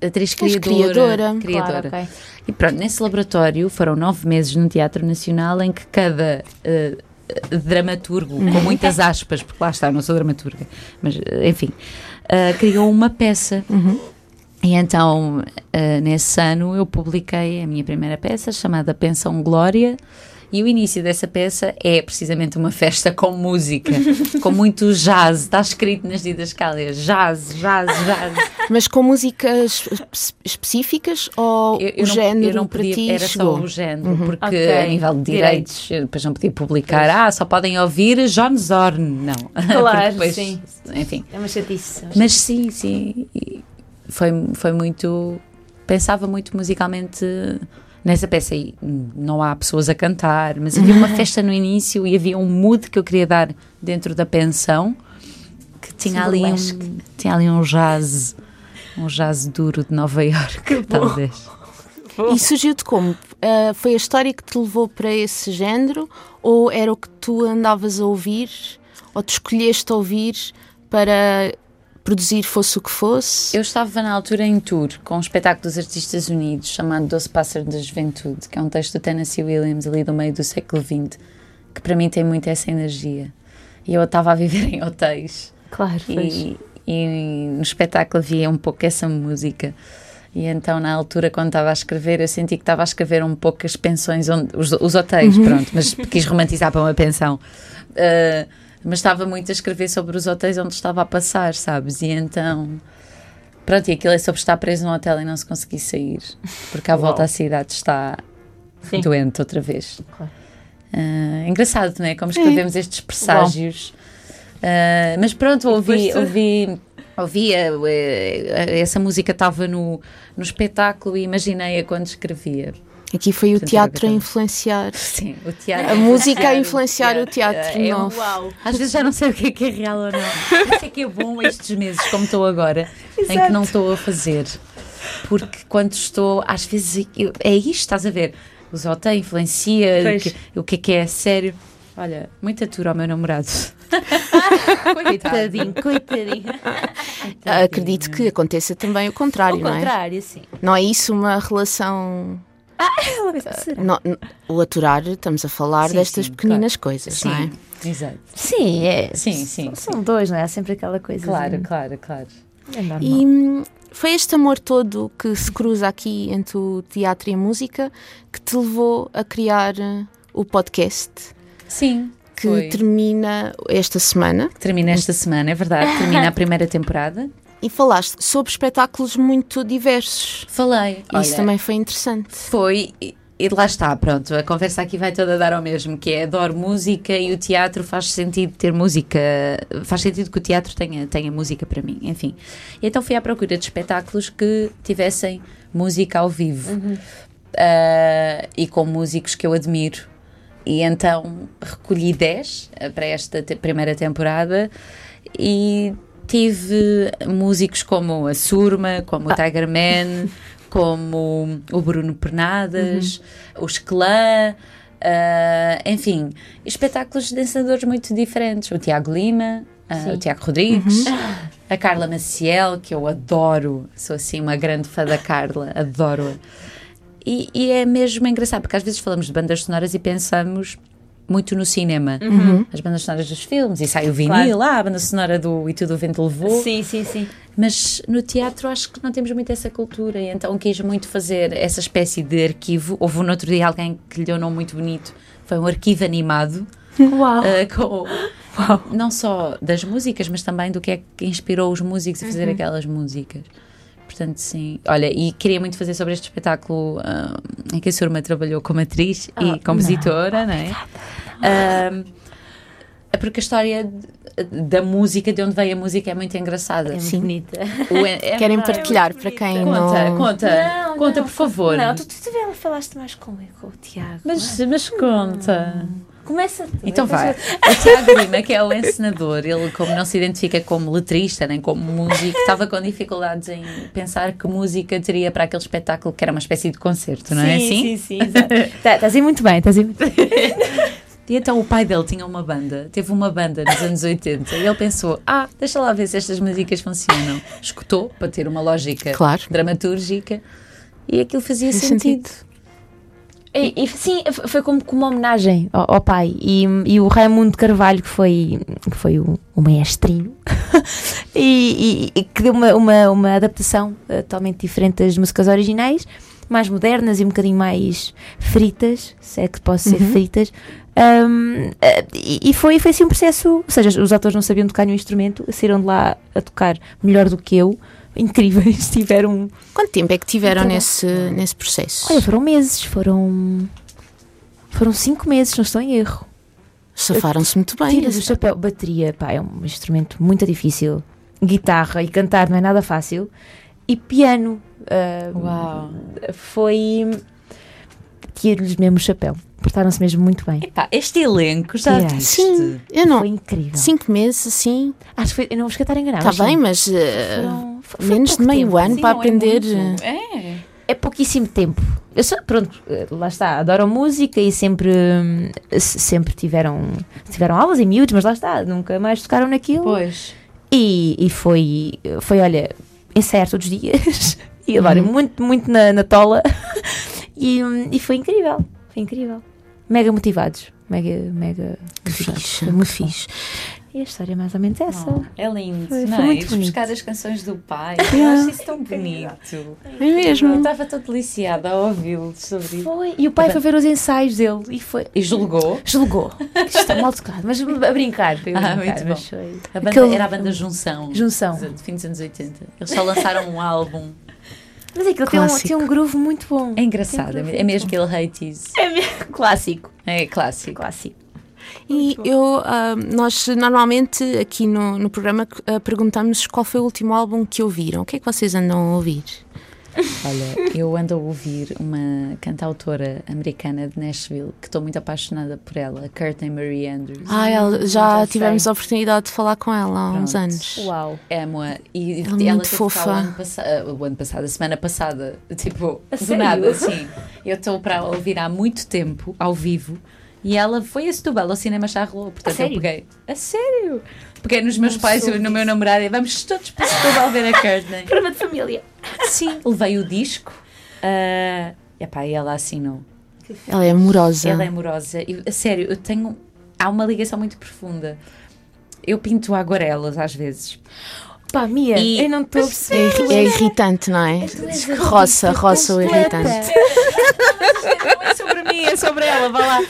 Speaker 5: de atriz
Speaker 3: Mas
Speaker 5: criadora.
Speaker 3: criadora,
Speaker 5: criadora.
Speaker 6: Claro, ok.
Speaker 5: E pronto, nesse laboratório foram nove meses no Teatro Nacional em que cada eh, eh, dramaturgo, com muitas aspas, porque lá está, não sou dramaturga, mas eh, enfim, eh, criou uma peça. E então, eh, nesse ano, eu publiquei a minha primeira peça chamada Pensão Glória. E o início dessa peça é precisamente uma festa com música, com muito jazz. Está escrito nas didascálias: jazz, jazz, jazz.
Speaker 3: Mas com músicas espe- específicas ou
Speaker 5: Eu- eu
Speaker 3: o
Speaker 5: não-
Speaker 3: género
Speaker 5: eu não
Speaker 3: para
Speaker 5: podia,
Speaker 3: ti
Speaker 5: era
Speaker 3: chegou? Uhum.
Speaker 5: só um o género, porque
Speaker 6: Ok.
Speaker 5: a nível de
Speaker 6: Direitos.
Speaker 5: direitos, eu depois não podia publicar, ah, só podem ouvir John Zorn, não. Porque depois,
Speaker 6: sim.
Speaker 5: Enfim.
Speaker 6: É uma chatice.
Speaker 5: Mas sim, sim, e foi, foi muito, pensava muito musicalmente nessa peça e não há pessoas a cantar, mas havia uma festa no início e havia um mood que eu queria dar dentro da pensão, que tinha, ali um,
Speaker 6: Simbolesque.
Speaker 5: tinha ali um jazz, um jazz duro de Nova Iorque, talvez.
Speaker 3: E surgiu-te como? Ah, foi a história que te levou para esse género? Ou era o que tu andavas a ouvir? Ou tu escolheste ouvir para produzir fosse o que fosse?
Speaker 5: Eu estava na altura em tour com um espetáculo dos Artistas Unidos chamado Doce Pássaro da Juventude, que é um texto do Tennessee Williams ali do meio do século XX. que para mim tem muito essa energia. E eu estava a viver em hotéis.
Speaker 4: Claro, pois.
Speaker 5: E, e no espetáculo havia um pouco essa música. E então, na altura, quando estava a escrever, eu senti que estava a escrever um pouco as pensões, onde, os, os hotéis,
Speaker 4: Uhum.
Speaker 5: pronto, mas quis romantizar para uma pensão. Ah, mas estava muito a escrever sobre os hotéis onde estava a passar, sabes? E então. Pronto, e aquilo é sobre estar preso num hotel e não se conseguir sair, porque à volta a cidade está
Speaker 4: Sim.
Speaker 5: doente outra vez.
Speaker 4: Claro.
Speaker 5: Ah, engraçado, não é? Como escrevemos estes presságios. Ah, mas pronto, ouvi,
Speaker 4: depois tu-
Speaker 5: ouvi, ouvi a- a- a- essa música estava no, no espetáculo e imaginei-a quando escrevia.
Speaker 3: Aqui foi o
Speaker 5: Portanto,
Speaker 3: teatro a
Speaker 5: era
Speaker 3: influenciar.
Speaker 5: Sim, o teatro.
Speaker 3: A música a influenciar o teatro.
Speaker 5: É um-
Speaker 3: Não.
Speaker 4: Uau!
Speaker 5: Às vezes já não sei o que é, que é real ou não. Por isso é que é bom estes meses, como estou agora, em que não estou a fazer. Porque quando estou, às vezes eu- é isto, estás a ver? Os hotéis influencia, o
Speaker 6: Pois.
Speaker 5: que, o que é que é sério. Olha, muita atura ao meu namorado. coitadinho, coitadinho.
Speaker 3: Acredito que aconteça também o contrário,
Speaker 6: Ao
Speaker 3: não é?
Speaker 6: contrário, sim.
Speaker 3: Não é isso uma relação.
Speaker 5: Ah,
Speaker 6: Ela pensa, será?
Speaker 3: não- n- o aturar, estamos a falar
Speaker 5: Sim,
Speaker 3: destas
Speaker 5: sim,
Speaker 3: pequeninas coisas, não é?
Speaker 5: Sim, exato.
Speaker 6: Sim, é.
Speaker 5: Sim, sim.
Speaker 6: São dois, não é? Há sempre aquela coisa.
Speaker 5: Claro, claro, claro. É
Speaker 3: E hum, foi este amor todo que se cruza aqui entre o teatro e a música que te levou a criar eh, o podcast
Speaker 5: Sim.
Speaker 3: que
Speaker 5: foi.
Speaker 3: termina esta semana.
Speaker 5: Termina esta semana, é verdade. Termina a primeira temporada.
Speaker 3: E falaste sobre espetáculos muito diversos.
Speaker 5: Falei.
Speaker 3: Isso
Speaker 5: Olha,
Speaker 3: também foi interessante.
Speaker 5: Foi, e, e lá está, pronto, a conversa aqui vai toda dar ao mesmo, que é adoro música e o teatro faz sentido ter música, faz sentido que o teatro tenha, tenha música para mim, enfim. E então fui à procura de espetáculos que tivessem música ao vivo Ah, e com músicos que eu admiro. E então recolhi 10 eh, para esta te- primeira temporada e tive músicos como a Surma, como o Tiger Man, como o Bruno Pernadas, os Clã, ah, enfim, espetáculos de dançadores muito diferentes. O Tiago Lima, ah, o Tiago Rodrigues, a Carla Maciel, que eu adoro, sou assim uma grande fã da Carla, adoro-a. E, e é mesmo engraçado, porque às vezes falamos de bandas sonoras e pensamos muito no cinema. As bandas sonoras dos filmes, e sai o vinil, ah, a banda sonora do E Tudo o Vento Levou.
Speaker 6: Sim, sim, sim. É
Speaker 5: Mas no teatro acho que não temos muito essa cultura, e então quis muito fazer essa espécie de arquivo. Houve um outro dia alguém que lhe deu um nome muito bonito, foi um arquivo animado.
Speaker 4: Uau!
Speaker 5: eh, com, Não só das músicas, mas também do que é que inspirou os músicos a fazer aquelas músicas. Portanto, sim. Olha, e queria muito fazer sobre este espetáculo ah, em que a Surma trabalhou como atriz e compositora, não, é? Ah, é porque a história de- da música, de onde veio a música, é muito engraçada.
Speaker 3: Sim.
Speaker 6: Bonita.
Speaker 5: O- é- é
Speaker 3: Querem
Speaker 5: verdade.
Speaker 3: partilhar para quem
Speaker 5: Conta,
Speaker 3: não.
Speaker 5: conta,
Speaker 6: Não,
Speaker 5: conta,
Speaker 6: não.
Speaker 5: por favor.
Speaker 6: Não, tu, tu, tu ela falaste mais com, com o Tiago.
Speaker 5: Mas, mas conta.
Speaker 6: Começa tu.
Speaker 5: Então
Speaker 6: eu
Speaker 5: vai.
Speaker 6: vejo-
Speaker 5: O Tiago Lima, que Hum, é o encenador, ele, como não se identifica como letrista nem como músico, estava com dificuldades em pensar que música teria para aquele espetáculo que era uma espécie de concerto, não é
Speaker 6: sim,
Speaker 5: assim?
Speaker 6: Sim, sim, exato. Tá, Estás aí muito bem, estás aí muito bem.
Speaker 5: E então o pai dele tinha uma banda, teve uma banda nos anos 80 e ele pensou: ah, deixa lá ver se estas músicas funcionam. Escutou para ter uma lógica
Speaker 3: Claro.
Speaker 5: dramatúrgica e aquilo fazia
Speaker 3: Faz
Speaker 5: sentido.
Speaker 3: sentido.
Speaker 6: E, e, sim, f- foi como, como uma homenagem ao, ao pai. E, e o Raimundo Carvalho, que foi, que foi o, o maestrinho, e, e- e que deu uma, uma, uma adaptação eh, totalmente diferente das músicas originais, mais modernas e um bocadinho mais fritas, se é que posso ser fritas. Ahm, eh, e e foi, foi assim um processo. Ou seja, os atores não sabiam tocar nenhum instrumento, saíram de lá a tocar melhor do que eu. Incríveis, tiveram.
Speaker 3: Quanto tempo é que tiveram
Speaker 6: Tá bom.
Speaker 3: nesse, nesse processo?
Speaker 6: Olha, foram meses, foram. Foram cinco meses, não estou em erro.
Speaker 3: Safaram-se muito bem.
Speaker 6: Tiras o chapéu. Bateria, pá, é um instrumento muito difícil. Guitarra e cantar não é nada fácil. E piano. ah,
Speaker 5: Uau.
Speaker 6: Foi. Tiro-lhes mesmo o chapéu. Portaram-se mesmo muito bem.
Speaker 5: Epá, este elenco já
Speaker 6: Yeah.
Speaker 5: viste?
Speaker 3: Sim, eu
Speaker 6: Foi
Speaker 3: não.
Speaker 6: incrível.
Speaker 3: Cinco meses assim,
Speaker 6: Acho que foi. Eu não vos cantar enganado.
Speaker 3: está Tá bem, mas eh, menos de meio
Speaker 5: um
Speaker 3: ano para aprender. eh,
Speaker 6: É pouquíssimo tempo. Eu só, pronto, eh, lá está, adoram música e sempre, hum, se- sempre tiveram, tiveram aulas em miúdos, mas lá está, nunca mais tocaram naquilo.
Speaker 5: Pois.
Speaker 6: E, e foi, foi, olha, ensaiar todos os dias e
Speaker 3: Uhum.
Speaker 6: levarem muito, muito na, na tola. E, hum, e foi incrível, foi incrível. mega motivados. Mega, mega.
Speaker 3: Que
Speaker 6: motivados.
Speaker 3: fixe,
Speaker 6: Foi
Speaker 3: que
Speaker 6: muito
Speaker 3: fixe.
Speaker 6: bom. E a história é mais ou menos essa.
Speaker 5: É lindo,
Speaker 6: Foi-
Speaker 5: não
Speaker 6: foi
Speaker 5: é?
Speaker 6: muito
Speaker 5: Ires
Speaker 6: bonito. É.
Speaker 5: buscar as canções do pai. Eu acho isso tão bonito.
Speaker 3: É mesmo?
Speaker 5: Eu estava tão deliciada a ouvi-lo sobre isso.
Speaker 6: Foi. E o pai foi ver os ensaios dele e foi.
Speaker 5: E julgou.
Speaker 6: Julgou. Isto está mal tocado, mas a brincar. Foi a
Speaker 5: Ah,
Speaker 6: brincar,
Speaker 5: muito
Speaker 6: mas
Speaker 5: bom.
Speaker 6: foi-
Speaker 5: A banda-
Speaker 6: Aquele-
Speaker 5: Era a banda Junção.
Speaker 6: Junção.
Speaker 5: De fim dos anos 80. Eles só lançaram um álbum.
Speaker 6: Mas aquilo tem um,
Speaker 3: Clássico.
Speaker 6: tem um groove muito bom.
Speaker 5: É engraçado. É mesmo que ele hate isso.
Speaker 6: É mesmo. Clássico.
Speaker 5: É clássico.
Speaker 6: Clássico.
Speaker 3: E eu, ah, nós normalmente aqui no, no programa ah, perguntamos qual foi o último álbum que ouviram. O que é que vocês andam a ouvir?
Speaker 5: Olha, eu ando a ouvir uma cantautora americana de Nashville que estou muito apaixonada por ela, Curtin Marie Andrews.
Speaker 3: Ah, ela- já
Speaker 6: Já sei.
Speaker 3: tivemos a oportunidade de falar com ela há uns
Speaker 5: Pronto.
Speaker 3: anos.
Speaker 6: Uau.
Speaker 5: Amo-a.
Speaker 3: Ela
Speaker 5: E
Speaker 3: é muito
Speaker 5: teve
Speaker 3: fofa.
Speaker 5: cá O ano, passa- ah, o ano passado, a semana passada, tipo, do
Speaker 6: sério?
Speaker 5: nada, assim. Eu estou para a ouvir há muito tempo, ao vivo, e ela foi a Setúbal, ao cinema Charlot. Portanto, eu
Speaker 6: sério?
Speaker 5: peguei. A sério? Peguei nos meus pais e no meu namorado e vamos todos para Setúbal ver a Courtney.
Speaker 6: Programa de família.
Speaker 5: Sim, levei o disco. ah, epá, e ela assinou.
Speaker 3: Ela é amorosa.
Speaker 5: Ela é amorosa. Eu- a sério, eu tenho. Há uma ligação muito profunda. Eu pinto aguarelas às vezes.
Speaker 6: Pá, Mia,
Speaker 5: E-
Speaker 6: eu não estou a perceber.
Speaker 3: É, irritante, não é? roça, roça o irritante.
Speaker 5: Não é sobre mim, é sobre ela, vá lá.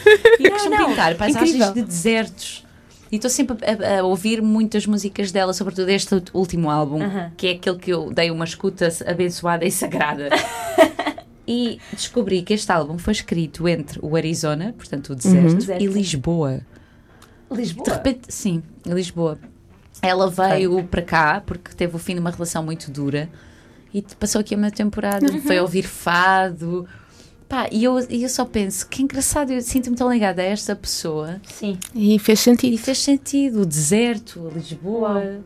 Speaker 5: E eu costumo
Speaker 6: não,
Speaker 5: pintar paisagens
Speaker 6: incrível.
Speaker 5: de desertos. E estou sempre a, a- a ouvir muitas músicas dela, sobretudo este ult- último álbum,
Speaker 6: Aham.
Speaker 5: que é aquele que eu dei uma escuta abençoada e sagrada. e descobri que este álbum foi escrito entre o Arizona, portanto o deserto,
Speaker 6: Deserto.
Speaker 5: e Lisboa.
Speaker 6: Lisboa.
Speaker 5: De repente, sim, em Lisboa. Ela veio para cá porque teve o fim de uma relação muito dura e te- passou aqui uma temporada. Foi ouvir fado. Pá, e eu, e eu só penso, que engraçado, eu sinto-me tão ligada a esta pessoa.
Speaker 6: Sim.
Speaker 3: E fez
Speaker 5: E
Speaker 3: sentido.
Speaker 5: fez sentido, o deserto, a Lisboa.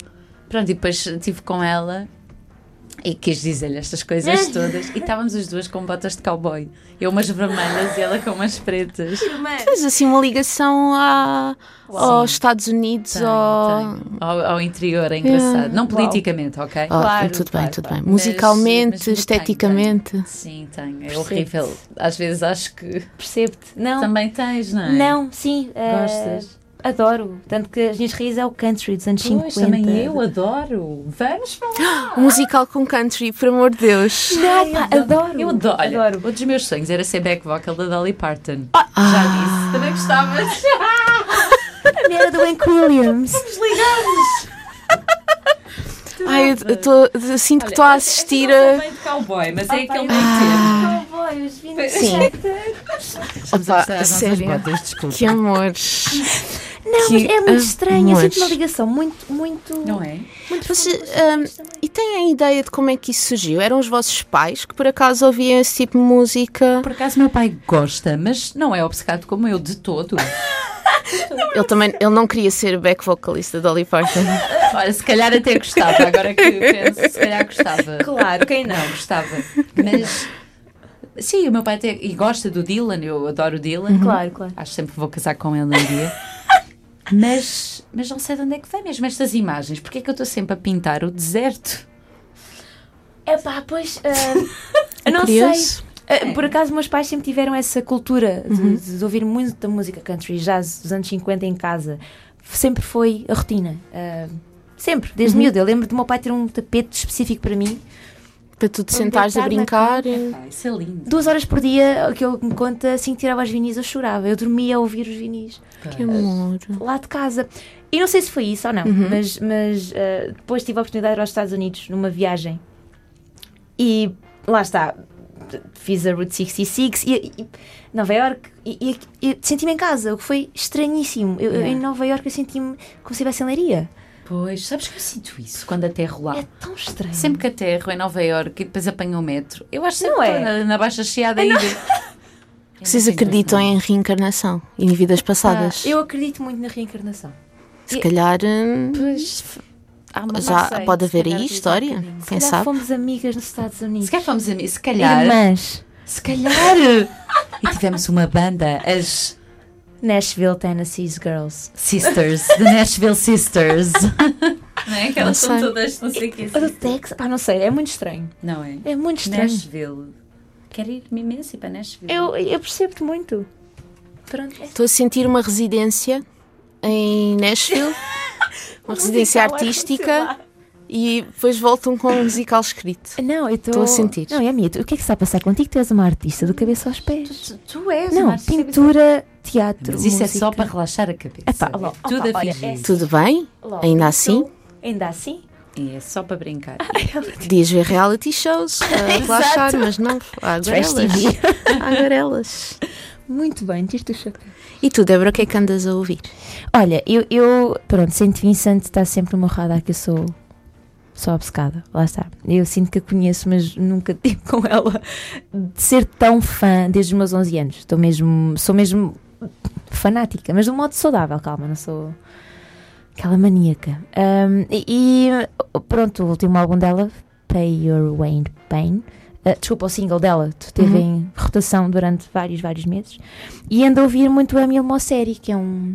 Speaker 5: Pronto, e depois estive com ela e quis dizer-lhe estas coisas todas. E estávamos as duas com botas de cowboy. Eu umas vermelhas e ela com umas pretas.
Speaker 3: Mas assim, uma ligação à- aos Estados Unidos,
Speaker 5: Tem,
Speaker 3: ao...
Speaker 5: tem. Ao, ao interior, é engraçado. Não politicamente,
Speaker 6: Ah,
Speaker 5: ok?
Speaker 3: ao-
Speaker 6: Claro,
Speaker 3: Ah, tudo bem,
Speaker 6: claro,
Speaker 3: tudo
Speaker 6: claro.
Speaker 3: bem. Musicalmente,
Speaker 5: mas tem,
Speaker 3: esteticamente.
Speaker 5: tem. Sim, tem. É horrível. Às vezes acho que
Speaker 6: Percebo-te. Não.
Speaker 5: também tens, não é?
Speaker 6: Não, sim. eh,
Speaker 5: Gostas?
Speaker 6: Adoro. Tanto que as minhas raízes é o country dos anos 50.
Speaker 5: Pois, também eu adoro. Vamos para lá.
Speaker 3: Um musical com country, por amor de Deus.
Speaker 6: Não, pá, Ah, adoro.
Speaker 5: Eu adoro. Olha,
Speaker 6: Adoro. Ah.
Speaker 5: Um dos meus sonhos era ser back vocal da Dolly Parton. Já disse. Também gostavas.
Speaker 6: A minha era do Hank Williams.
Speaker 3: Ai, eu, eu tô- eu sinto que estou a assistir a.
Speaker 5: Bem de cowboy, mas é
Speaker 6: Ah,
Speaker 5: aquele meio tempo.
Speaker 3: Sim. Opa, a sério.
Speaker 5: é
Speaker 3: Que amores.
Speaker 6: Não, mas
Speaker 3: Que
Speaker 6: é muito estranho. Eu sinto
Speaker 3: amores.
Speaker 6: uma ligação muito, muito.
Speaker 5: Não é?
Speaker 3: Mas, hum, e têm a ideia de como é que isso surgiu? Eram os vossos pais que por acaso ouviam esse tipo de música?
Speaker 5: Por acaso meu pai gosta, mas não é obcecado como eu de todo.
Speaker 3: Ele também ele não queria ser back vocalista da Dolly Parton.
Speaker 5: Olha, se calhar até gostava, agora que penso, se calhar gostava. Claro, quem não? Gostava. Mas, sim, o meu pai até, e gosta do Dylan, eu adoro o Dylan.
Speaker 6: ah, Claro, claro.
Speaker 5: Acho sempre que vou casar com ele um dia. Mas, mas não sei de onde é que vem mesmo estas imagens. Porquê é que eu estou sempre a pintar o deserto?
Speaker 6: É pá, pois. ah, não sei.
Speaker 3: É Curioso. É. Uhum.
Speaker 6: Ah, por acaso, meus pais sempre tiveram essa cultura de, de ouvir muita música country, jazz dos anos 50 em casa. Sempre foi a rotina. Ah, sempre, desde
Speaker 3: Uhum.
Speaker 6: miúdo. Eu lembro do meu pai ter um tapete específico para mim.
Speaker 3: Para tu te
Speaker 6: Vou
Speaker 3: sentares a
Speaker 6: deitar na
Speaker 3: brincar.
Speaker 5: Ah, isso é lindo.
Speaker 6: Duas horas por dia, o que ele me conta, assim que tirava as vinis, eu chorava. Eu dormia a ouvir os vinis.
Speaker 3: Que amor.
Speaker 6: lá de casa. E não sei se foi isso ou não,
Speaker 5: Uhum.
Speaker 6: mas, mas ah, depois tive a oportunidade de ir aos Estados Unidos numa viagem e lá está. Fiz a Route 66 e, e Nova York e, e- e senti-me em casa, o que foi estranhíssimo. Eu, eu-
Speaker 5: Yeah.
Speaker 6: Em Nova York eu senti-me como se estivesse em leiria.
Speaker 5: Pois, sabes que eu sinto isso quando a terra lá.
Speaker 6: É tão estranho.
Speaker 5: Sempre que aterro em Nova Iorque e depois apanho o metro, eu acho
Speaker 6: Não
Speaker 5: sempre que
Speaker 6: é?
Speaker 5: estou na, na baixa chiada ainda.
Speaker 3: Vocês acreditam em reencarnação e em vidas passadas?
Speaker 6: Ah, Eu acredito muito na reencarnação.
Speaker 3: Se calhar hum,
Speaker 5: Pois, há uma
Speaker 3: já
Speaker 6: sei,
Speaker 3: pode
Speaker 6: se
Speaker 3: haver
Speaker 6: calhar
Speaker 3: aí
Speaker 6: diz um
Speaker 3: história. Quem
Speaker 6: Já
Speaker 3: sabe?
Speaker 6: fomos amigas nos Estados Unidos.
Speaker 5: Se calhar fomos amigos, se calhar.
Speaker 6: Irmãs.
Speaker 5: Se calhar. e tivemos uma banda, as
Speaker 6: Nashville, Tennessee's Girls.
Speaker 5: Sisters, The Nashville Sisters. Não é? Que elas
Speaker 3: Não
Speaker 5: são
Speaker 3: sei.
Speaker 5: todas, não sei o que
Speaker 6: Ou do Texas. Ah, não sei, é muito estranho.
Speaker 5: Não é?
Speaker 6: É muito estranho.
Speaker 5: assim Nashville. Quero ir-me imenso ir para Nashville.
Speaker 6: Eu, eu percebo-te muito.
Speaker 8: Pronto. é.
Speaker 3: Estou a sentir uma residência em Nashville,
Speaker 6: Um
Speaker 3: uma residência
Speaker 8: musical, sei
Speaker 3: artística e depois voltam com um musical escrito.
Speaker 6: Não, eu
Speaker 3: Estou a sentir.
Speaker 6: Não, é a minha. tu- O que é que está a passar contigo? Tu és uma artista do cabeça aos pés.
Speaker 8: Tu, tu és uma
Speaker 6: Não,
Speaker 8: artista
Speaker 6: pintura, teatro.
Speaker 5: Mas isso é
Speaker 6: música.
Speaker 5: só para relaxar a cabeça.
Speaker 6: Epá,
Speaker 5: É
Speaker 6: olha,
Speaker 5: tudo
Speaker 8: opa,
Speaker 5: a
Speaker 8: olha,
Speaker 5: fingir.
Speaker 3: Tudo bem?
Speaker 8: logo.
Speaker 3: Ainda
Speaker 8: Eu-
Speaker 3: assim?
Speaker 8: Ainda assim?
Speaker 5: É só para brincar.
Speaker 3: Podias ver reality shows eh, para relaxar, mas não. Há agarelas. Há agarelas.
Speaker 8: Muito bem, tira o chapéu.
Speaker 3: E tu, Débora, o que é que andas a ouvir?
Speaker 6: Olha, eu, eu pronto, Saint Vincent está sempre no meu radar que eu sou sou obcecada, lá está. Eu sinto que a conheço, mas nunca tive com ela de ser tão fã desde os meus 11 anos. Estou mesmo, sou mesmo fanática, mas de um modo saudável, calma, não sou aquela maníaca. Ahm, e, e, pronto, o último álbum dela, Pay Your Way in Pain. ah, desculpa, o single dela tu teve
Speaker 5: Uhum.
Speaker 6: em rotação durante vários, vários meses. E ando a ouvir muito o Emil Mosseri, que é um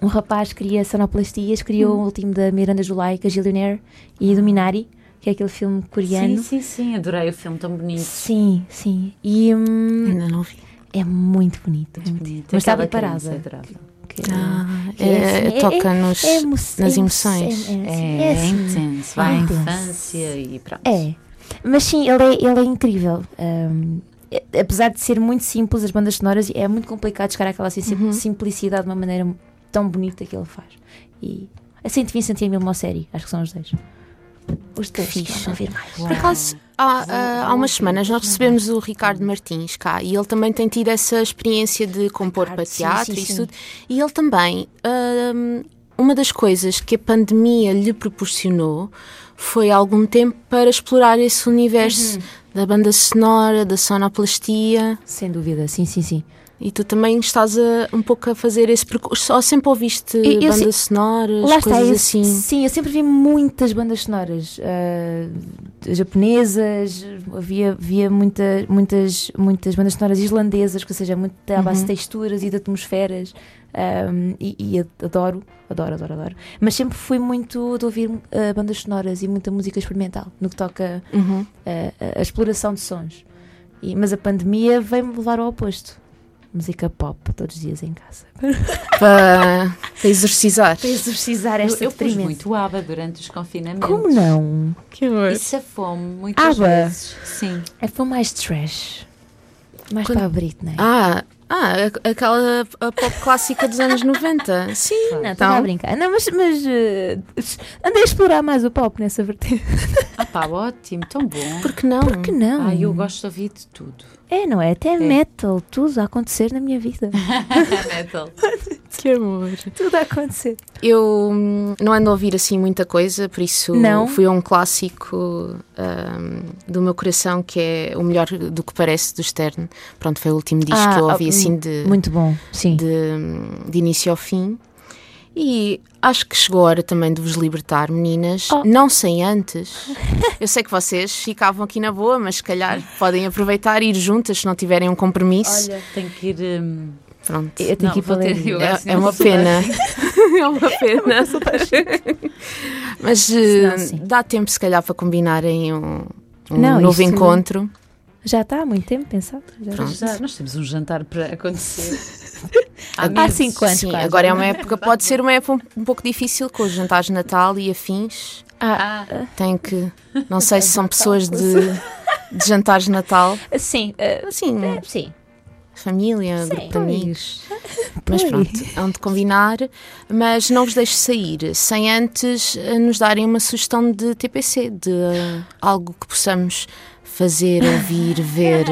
Speaker 6: um rapaz cria sonoplastias, criou
Speaker 5: Uhum.
Speaker 6: o último da Miranda Julica, Gillionaire e do Minari, que é aquele filme coreano.
Speaker 5: Ah. Sim, sim, sim, adorei o filme, tão bonito.
Speaker 6: Sim, sim. E hum,
Speaker 3: Ainda não ouvi.
Speaker 6: é muito bonito.
Speaker 5: bonito.
Speaker 6: Mas está
Speaker 5: Aquela
Speaker 6: preparada.
Speaker 5: criança adorável.
Speaker 6: Que-
Speaker 3: Ah,
Speaker 6: que é assim,
Speaker 3: é,
Speaker 6: é-
Speaker 3: toca
Speaker 6: é-
Speaker 3: nos,
Speaker 6: é emo-
Speaker 3: nas
Speaker 6: é emo-
Speaker 3: emoções.
Speaker 6: É, é, assim, é
Speaker 5: É, é
Speaker 6: assim.
Speaker 5: intenso, vai à
Speaker 6: Intenso.
Speaker 5: infância e pronto.
Speaker 6: É. Mas sim, ele é, ele é incrível. Ahm, é- apesar de ser muito simples, as bandas sonoras, é muito complicado chegar àquela sim- simplicidade de uma maneira tão bonita que ele faz. E assim te vim sentir a mesma série, acho que são os dois. Os dois,
Speaker 3: fixe.
Speaker 6: vamos ouvir mais.
Speaker 3: Por acaso, há, ah, há umas semanas nós recebemos o Ricardo Martins cá e ele também tem tido essa experiência de compor
Speaker 6: Ricardo,
Speaker 3: para
Speaker 6: sim,
Speaker 3: teatro
Speaker 6: sim,
Speaker 3: e isso
Speaker 6: sim.
Speaker 3: tudo. E ele também, ahm, uma das coisas que a pandemia lhe proporcionou foi algum tempo para explorar esse
Speaker 6: Uhum.
Speaker 3: universo da banda sonora, da sonoplastia.
Speaker 6: Sem dúvida, sim, sim, sim.
Speaker 3: E tu também estás a- um pouco a fazer esse percurso. Só sempre ouviste
Speaker 6: Eu- eu
Speaker 3: bandas sonoras,
Speaker 6: Lá está,
Speaker 3: coisas
Speaker 6: eu,
Speaker 3: assim.
Speaker 6: Sim, eu sempre vi muitas bandas sonoras ah, japonesas, havia, havia muita, muitas, muitas bandas sonoras islandesas, que, ou seja, muito à
Speaker 3: Uhum.
Speaker 6: base de texturas e de atmosferas. ah, e, e adoro, adoro, adoro, adoro. Mas sempre fui muito de ouvir ah, bandas sonoras e muita música experimental, no que toca
Speaker 3: Uhum.
Speaker 6: a, a- a exploração de sons. E- mas a pandemia veio-me levar ao oposto. Música pop, todos os dias em casa.
Speaker 3: Para, para exorcizar.
Speaker 6: Para exorcizar
Speaker 5: Eu,
Speaker 6: esta
Speaker 5: eu pus
Speaker 6: deprimente.
Speaker 5: muito aba durante os confinamentos.
Speaker 6: Como não?
Speaker 3: Que horror.
Speaker 5: Isso é fome, muitas
Speaker 6: Aba?
Speaker 5: vezes. Sim.
Speaker 6: É para mais trash. Mais
Speaker 3: Quando-
Speaker 6: para a Britney.
Speaker 3: Ah, ah, a- aquela a pop clássica dos anos 90. Sim.
Speaker 6: não, estou
Speaker 3: então.
Speaker 6: a brincar. Não, mas, mas eh, andei a explorar mais o pop nessa vertente.
Speaker 3: Hum.
Speaker 5: Ah pá, ótimo, tão bom.
Speaker 3: Por que não?
Speaker 6: Que não.
Speaker 5: Ah, eu gosto de ouvir de tudo.
Speaker 6: É, não é? Até metal, tudo a acontecer na minha vida. É
Speaker 5: metal.
Speaker 3: Que amor.
Speaker 6: tudo a acontecer.
Speaker 3: Eu hum, não ando a ouvir assim muita coisa, por isso
Speaker 6: Não?
Speaker 3: fui a um clássico hum, do meu coração que é o melhor do que parece do Stern. Pronto, foi o último disco
Speaker 6: Ah,
Speaker 3: que eu ouvi
Speaker 6: ah,
Speaker 3: assim de,
Speaker 6: Muito bom, sim.
Speaker 3: de, hum, de início ao fim. E acho que chegou a hora também de vos libertar, meninas.
Speaker 6: Oh.
Speaker 3: Não sem antes. Eu sei que vocês ficavam aqui na boa, mas se calhar podem aproveitar e ir juntas se não tiverem um compromisso.
Speaker 5: Tenho que ir. hum,
Speaker 3: Pronto.
Speaker 6: Eu tenho
Speaker 5: Não,
Speaker 6: que ir
Speaker 5: vou
Speaker 6: para
Speaker 5: ter-
Speaker 6: ali.
Speaker 5: eu-
Speaker 3: É-
Speaker 5: assim
Speaker 3: é,
Speaker 5: não
Speaker 3: uma
Speaker 5: sou
Speaker 3: pena.
Speaker 6: assim.
Speaker 3: é uma pena. Mas eh,
Speaker 6: Senão, assim. sim.
Speaker 3: dá tempo, se calhar, para combinarem um, um
Speaker 6: Não,
Speaker 3: novo
Speaker 6: isto-
Speaker 3: encontro.
Speaker 6: Já está há muito tempo pensado. Já-
Speaker 3: Pronto.
Speaker 5: já- nós temos um jantar para acontecer.
Speaker 6: Há
Speaker 5: meses.
Speaker 6: cinco anos.
Speaker 3: Sim,
Speaker 6: quase.
Speaker 3: agora é uma época, pode ser uma época um, um pouco difícil com os jantares de Natal e afins.
Speaker 5: Ah,
Speaker 3: Tem que. Não sei se são pessoas de, de jantares de Natal.
Speaker 6: Sim, eh,
Speaker 3: Assim,
Speaker 6: sim.
Speaker 3: família, grupo de amigos. Mas
Speaker 6: Pois.
Speaker 3: pronto, hão de combinar. Mas não vos deixo sair sem antes eh, nos darem uma sugestão de TPC, de eh, algo que possamos fazer, ouvir, ver.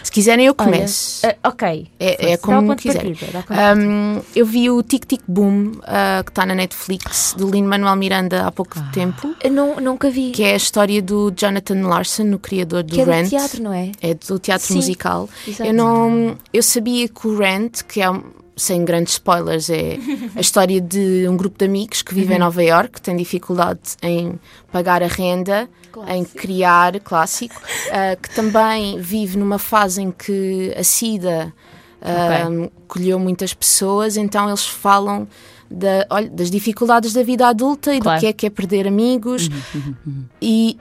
Speaker 3: Se quiserem, eu
Speaker 6: Olha,
Speaker 3: começo.
Speaker 6: eh, ok.
Speaker 3: É- é
Speaker 6: Dá
Speaker 3: como
Speaker 6: o ponto de
Speaker 3: quiserem.
Speaker 6: partida, dá o ponto de
Speaker 3: Um, eu vi o Tic Tic Boom, ah, que está na Netflix, do Lino Manuel Miranda há pouco
Speaker 6: Ah.
Speaker 3: tempo,
Speaker 6: Eu não, nunca vi.
Speaker 3: que é a história do Jonathan Larson, o criador do
Speaker 6: Que é do
Speaker 3: Rent.
Speaker 6: teatro, não é?
Speaker 3: É do teatro
Speaker 6: Sim,
Speaker 3: musical.
Speaker 6: exato.
Speaker 3: Eu não, eu sabia que o Rent, que é um- sem grandes spoilers, é a história de um grupo de amigos que
Speaker 6: Uhum.
Speaker 3: vivem em Nova Iorque, tem dificuldade em pagar a renda, em criar clássico, ah, que também vive numa fase em que a SIDA ah, colheu muitas pessoas, então eles falam da- olha, é das dificuldades da vida adulta e do
Speaker 6: Claro.
Speaker 3: que é que é perder amigos e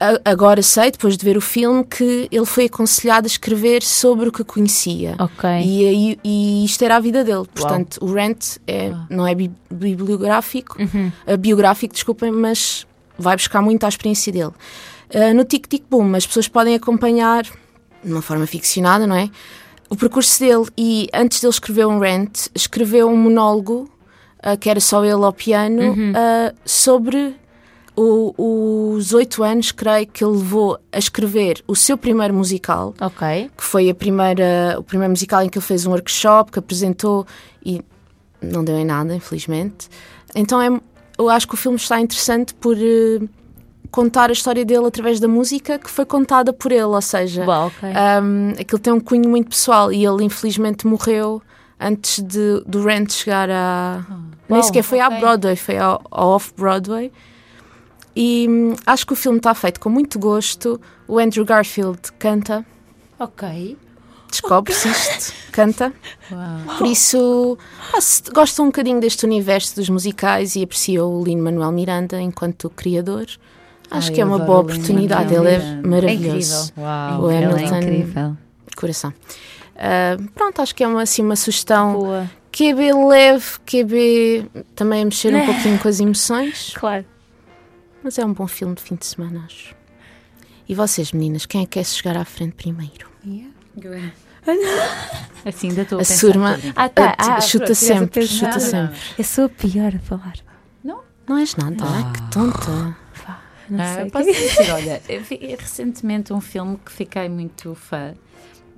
Speaker 3: a- agora sei, depois de ver o filme, que ele foi aconselhado a escrever sobre o que conhecia.
Speaker 6: Ok.
Speaker 3: E, aí- e isto era a vida dele. Portanto, o Rent é- não é bi- bibliográfico, eh, biográfico, desculpem, mas vai buscar muito à experiência dele. Eh, no Tic Tic Boom, as pessoas podem acompanhar, de uma forma ficcionada, não é? O percurso dele e antes dele escrever um Rent, escreveu um monólogo, eh, que era só ele ao piano, eh, sobre o- os oito anos, creio, que ele levou a escrever o seu primeiro musical
Speaker 6: Ok.
Speaker 3: que foi a primeira, o primeiro musical em que ele fez um workshop, que apresentou e não deu em nada, infelizmente. Então é, eu acho que o filme está interessante por eh, contar a história dele através da música que foi contada por ele, ou seja,
Speaker 6: Uau, ok.
Speaker 3: ahm, aquilo tem um cunho muito pessoal e ele infelizmente morreu antes de, do Rent chegar a. nem
Speaker 6: Uau,
Speaker 3: sequer foi à
Speaker 6: ok.
Speaker 3: Broadway, foi ao, ao Off-Broadway. E hum, acho que o filme está feito com muito gosto. O Andrew Garfield canta
Speaker 6: Ok.
Speaker 3: descobre-se isto, canta. Por isso, ah, se gostam um bocadinho deste universo dos musicais e apreciam o Lino Manuel Miranda enquanto criador, acho
Speaker 5: Ai,
Speaker 3: que é
Speaker 5: eu
Speaker 3: uma
Speaker 5: adoro
Speaker 3: boa
Speaker 5: o Lin-Manuel
Speaker 3: oportunidade. Ele é
Speaker 5: Miranda.
Speaker 3: maravilhoso.
Speaker 5: Uau,
Speaker 3: O
Speaker 5: ele
Speaker 3: Hamilton.
Speaker 5: é incrível.
Speaker 3: de Coração. Ah, pronto, acho que é uma, assim, uma sugestão
Speaker 6: Boa.
Speaker 3: QB leve, QB também a mexer um pouquinho com as emoções,
Speaker 9: Claro.
Speaker 3: mas é um bom filme de fim de semana, acho. E vocês, meninas, quem é que quer chegar à frente primeiro?
Speaker 5: Assim, ainda estou a
Speaker 3: A
Speaker 5: pensar.
Speaker 3: surma
Speaker 6: Ah,
Speaker 3: ah, chuta sempre, chuta sempre.
Speaker 6: Eu sou a pior a falar.
Speaker 3: Não és nada, ai que tonta.
Speaker 6: Não
Speaker 5: Ah,
Speaker 6: sei. é
Speaker 5: eu posso dizer, olha, eu vi recentemente um filme que fiquei muito fã,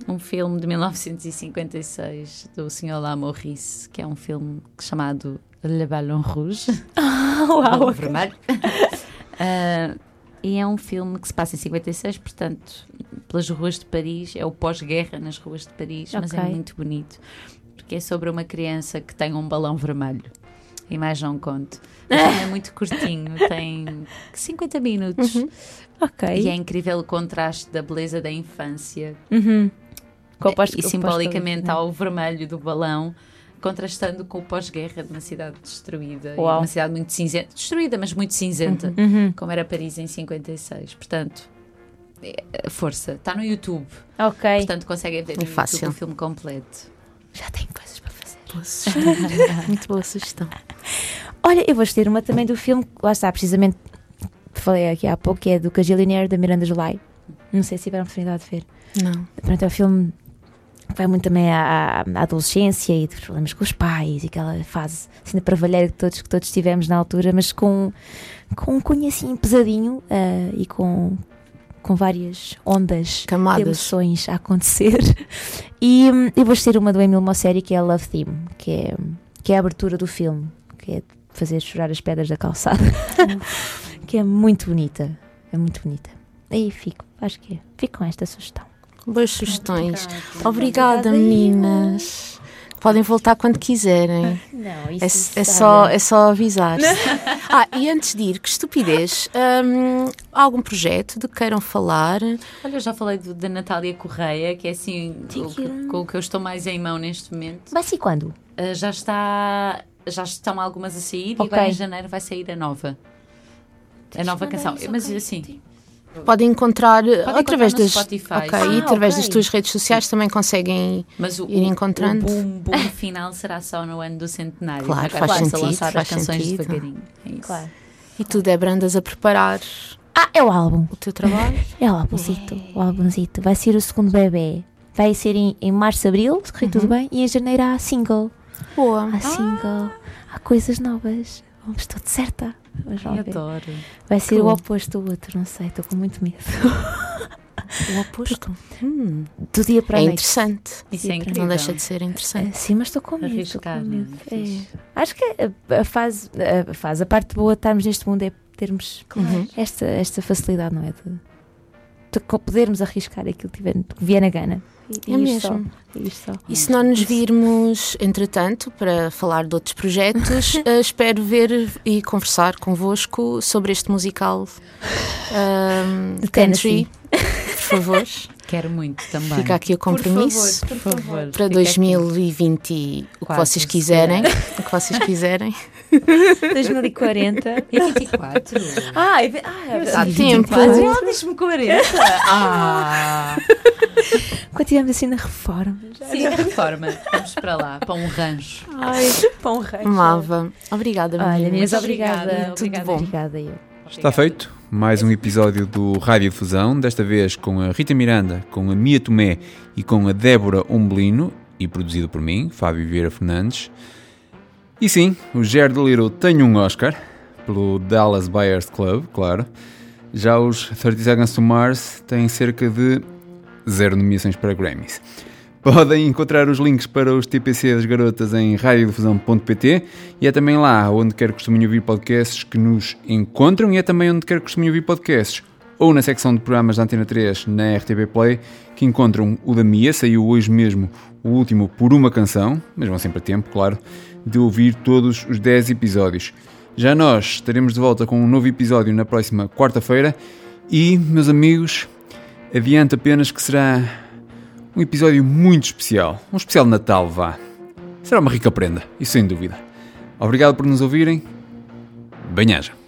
Speaker 5: um filme de 1956 do Sr. La Maurice, que é um filme chamado Le Ballon Rouge, Ballon Vermelho. Ah, e é um filme que se passa em 56, portanto, pelas ruas de Paris, é o pós-guerra nas ruas de Paris, mas é
Speaker 6: Ok.
Speaker 5: muito bonito, porque é sobre uma criança que tem um balão vermelho. E mais não conto. Mas também é muito curtinho, tem 50 minutos.
Speaker 6: Uhum. Ok.
Speaker 5: E é incrível o contraste da beleza da infância
Speaker 6: Com o pós-
Speaker 5: e
Speaker 6: o
Speaker 5: simbolicamente
Speaker 6: pós-Covid,
Speaker 5: ao vermelho do balão, contrastando com o pós-guerra de uma cidade destruída. e
Speaker 6: Uau. Uhum,
Speaker 5: Uma cidade muito cinzenta. Destruída, mas muito cinzenta, como era Paris em 56. Portanto, é, força. Está no YouTube.
Speaker 6: não é? Ok.
Speaker 5: Portanto, conseguem
Speaker 6: é
Speaker 5: ver no YouTube
Speaker 3: fácil.
Speaker 5: o filme completo.
Speaker 6: Já tenho coisas para fazer.
Speaker 3: Boa sugestão. Muito boa sugestão.
Speaker 6: Olha, eu vou escolher uma também do filme, que lá está, precisamente, que falei aqui há pouco, que é do Cagillionaire, da Miranda July. Não sei se tiveram oportunidade de ver.
Speaker 3: Não.
Speaker 6: Pronto, é um filme que vai muito também à, à- à adolescência e dos problemas com os pais e aquela fase assim, da parvalheira que todos, que todos tivemos na altura, mas com, com um cunho assim pesadinho eh, e com, com várias ondas de
Speaker 3: Camadas.
Speaker 6: emoções a acontecer. E hum, eu vou escolher uma do Emil Mosseri que é a Love Theme, que é, que é a abertura do filme, que é fazer chorar as pedras da calçada, que é muito bonita. É muito bonita. Aí fico, acho que é. Fico com esta sugestão.
Speaker 3: Boas sugestões. Obrigada, meninas. Podem voltar quando quiserem.
Speaker 6: Não,
Speaker 3: É, é só,
Speaker 6: né?
Speaker 3: é só avisar. Ah, e antes de ir, que estupidez. hum, há algum projeto de que queiram falar?
Speaker 5: Olha, eu já falei do- da Natália Correia, que é assim o que, com o que eu estou mais em mão neste momento.
Speaker 6: Vai ser quando?
Speaker 5: Uh, já está já estão algumas a sair e
Speaker 6: Ok.
Speaker 5: agora em janeiro vai sair a nova a nova canção mas assim
Speaker 3: Podem encontrar através
Speaker 5: encontrar no
Speaker 3: das.
Speaker 5: Spotify.
Speaker 3: Ok,
Speaker 5: Ah,
Speaker 3: e através das
Speaker 6: ok.
Speaker 3: tuas redes sociais também conseguem.
Speaker 5: mas o,
Speaker 3: Ir
Speaker 5: o-
Speaker 3: encontrando.
Speaker 5: o boom boom final será só no ano do centenário
Speaker 3: Claro,
Speaker 5: agora
Speaker 3: faz
Speaker 5: vamos a
Speaker 3: sentido,
Speaker 5: lançar
Speaker 3: faz
Speaker 5: as canções
Speaker 3: sentido.
Speaker 5: devagarinho é isso.
Speaker 3: E tu, Débora, andas a preparar
Speaker 6: Ah, é o álbum.
Speaker 3: o teu trabalho?
Speaker 6: É o álbumzito. O álbumzito. Vai ser o segundo bebê. Vai ser em, em março, abril, se correr tudo bem. E em janeiro há single.
Speaker 3: Boa.
Speaker 6: Há single. Há coisas novas. Vamos, estou de certa. Mas
Speaker 5: Eu
Speaker 6: vamos ver.
Speaker 5: adoro
Speaker 6: Vai ser o
Speaker 3: Cool.
Speaker 6: oposto do outro, não sei. Estou com muito medo.
Speaker 3: O oposto. Hum,
Speaker 6: Do dia para
Speaker 3: é
Speaker 6: a noite.
Speaker 3: interessante.
Speaker 5: isso é
Speaker 6: Não
Speaker 5: incrível
Speaker 3: Não deixa de ser interessante.
Speaker 6: Ah, Sim, mas estou com medo. estou com
Speaker 5: Arriscar, não é?
Speaker 6: medo. É.
Speaker 5: Fixe.
Speaker 6: Acho que a, a fase, a, a fase, a parte boa de estarmos neste mundo é termos Uhum. esta, esta facilidade, não é? De, de co- podermos arriscar aquilo que tiver- que vier na gana. E,
Speaker 3: É
Speaker 6: e isto
Speaker 3: mesmo.
Speaker 6: Só, e isto só.
Speaker 3: E se não nos virmos, entretanto, para falar de outros projetos, eh, espero ver e conversar convosco sobre este musical ahm,
Speaker 6: De
Speaker 3: ehm, Country,
Speaker 6: Tennessee.
Speaker 3: por favor.
Speaker 5: Quero muito também.
Speaker 3: Fica aqui o compromisso
Speaker 5: é? Por favor.
Speaker 3: para
Speaker 5: fica
Speaker 3: 2020 e o que
Speaker 5: Quatro,
Speaker 3: vocês quiserem. O que vocês quiserem.
Speaker 6: 2040.
Speaker 5: aqui. É 24.
Speaker 6: Ah, é ve- ah, é-
Speaker 3: Há tempo.
Speaker 5: um
Speaker 6: Ah, diz-me 40.
Speaker 5: Ah!
Speaker 6: Quando tivemos assim na reforma.
Speaker 5: Sim, reforma. Vamos para lá, para um rancho.
Speaker 3: Ai,
Speaker 6: Pão rei.
Speaker 3: amava. Obrigada,
Speaker 4: Olha,
Speaker 3: meninas.
Speaker 4: mas
Speaker 5: obrigada,
Speaker 4: obrigada.
Speaker 3: Tudo bom.
Speaker 4: Obrigada eu.
Speaker 2: Está feito mais um episódio do Rádio Fusão, desta vez com a Rita Miranda, com a Mia Tomé e com a Débora Umbelino, e produzido por mim, Fábio Vieira Fernandes. E sim, o Gerard Little tem um Oscar, pelo Dallas Buyers Club, claro. Já os 30 Seconds to Mars têm cerca de zero nomeações para Grammys. Podem encontrar os links para os TPC das garotas em radiodifusão.pt e é também lá onde quer que costumem ouvir podcasts que nos encontram e é também onde quer que costumem ouvir podcasts ou na secção de programas da Antena 3 na RTP Play que encontram o da Mia, saiu hoje mesmo o último por uma canção, mas vão sempre a tempo, claro, de ouvir todos os 10 episódios. Já nós estaremos de volta com um novo episódio na próxima quarta-feira e, meus amigos, adianto apenas que será um episódio muito especial. Um especial de Natal, vá. Será uma rica prenda, isso sem dúvida. Obrigado por nos ouvirem. Banhaja.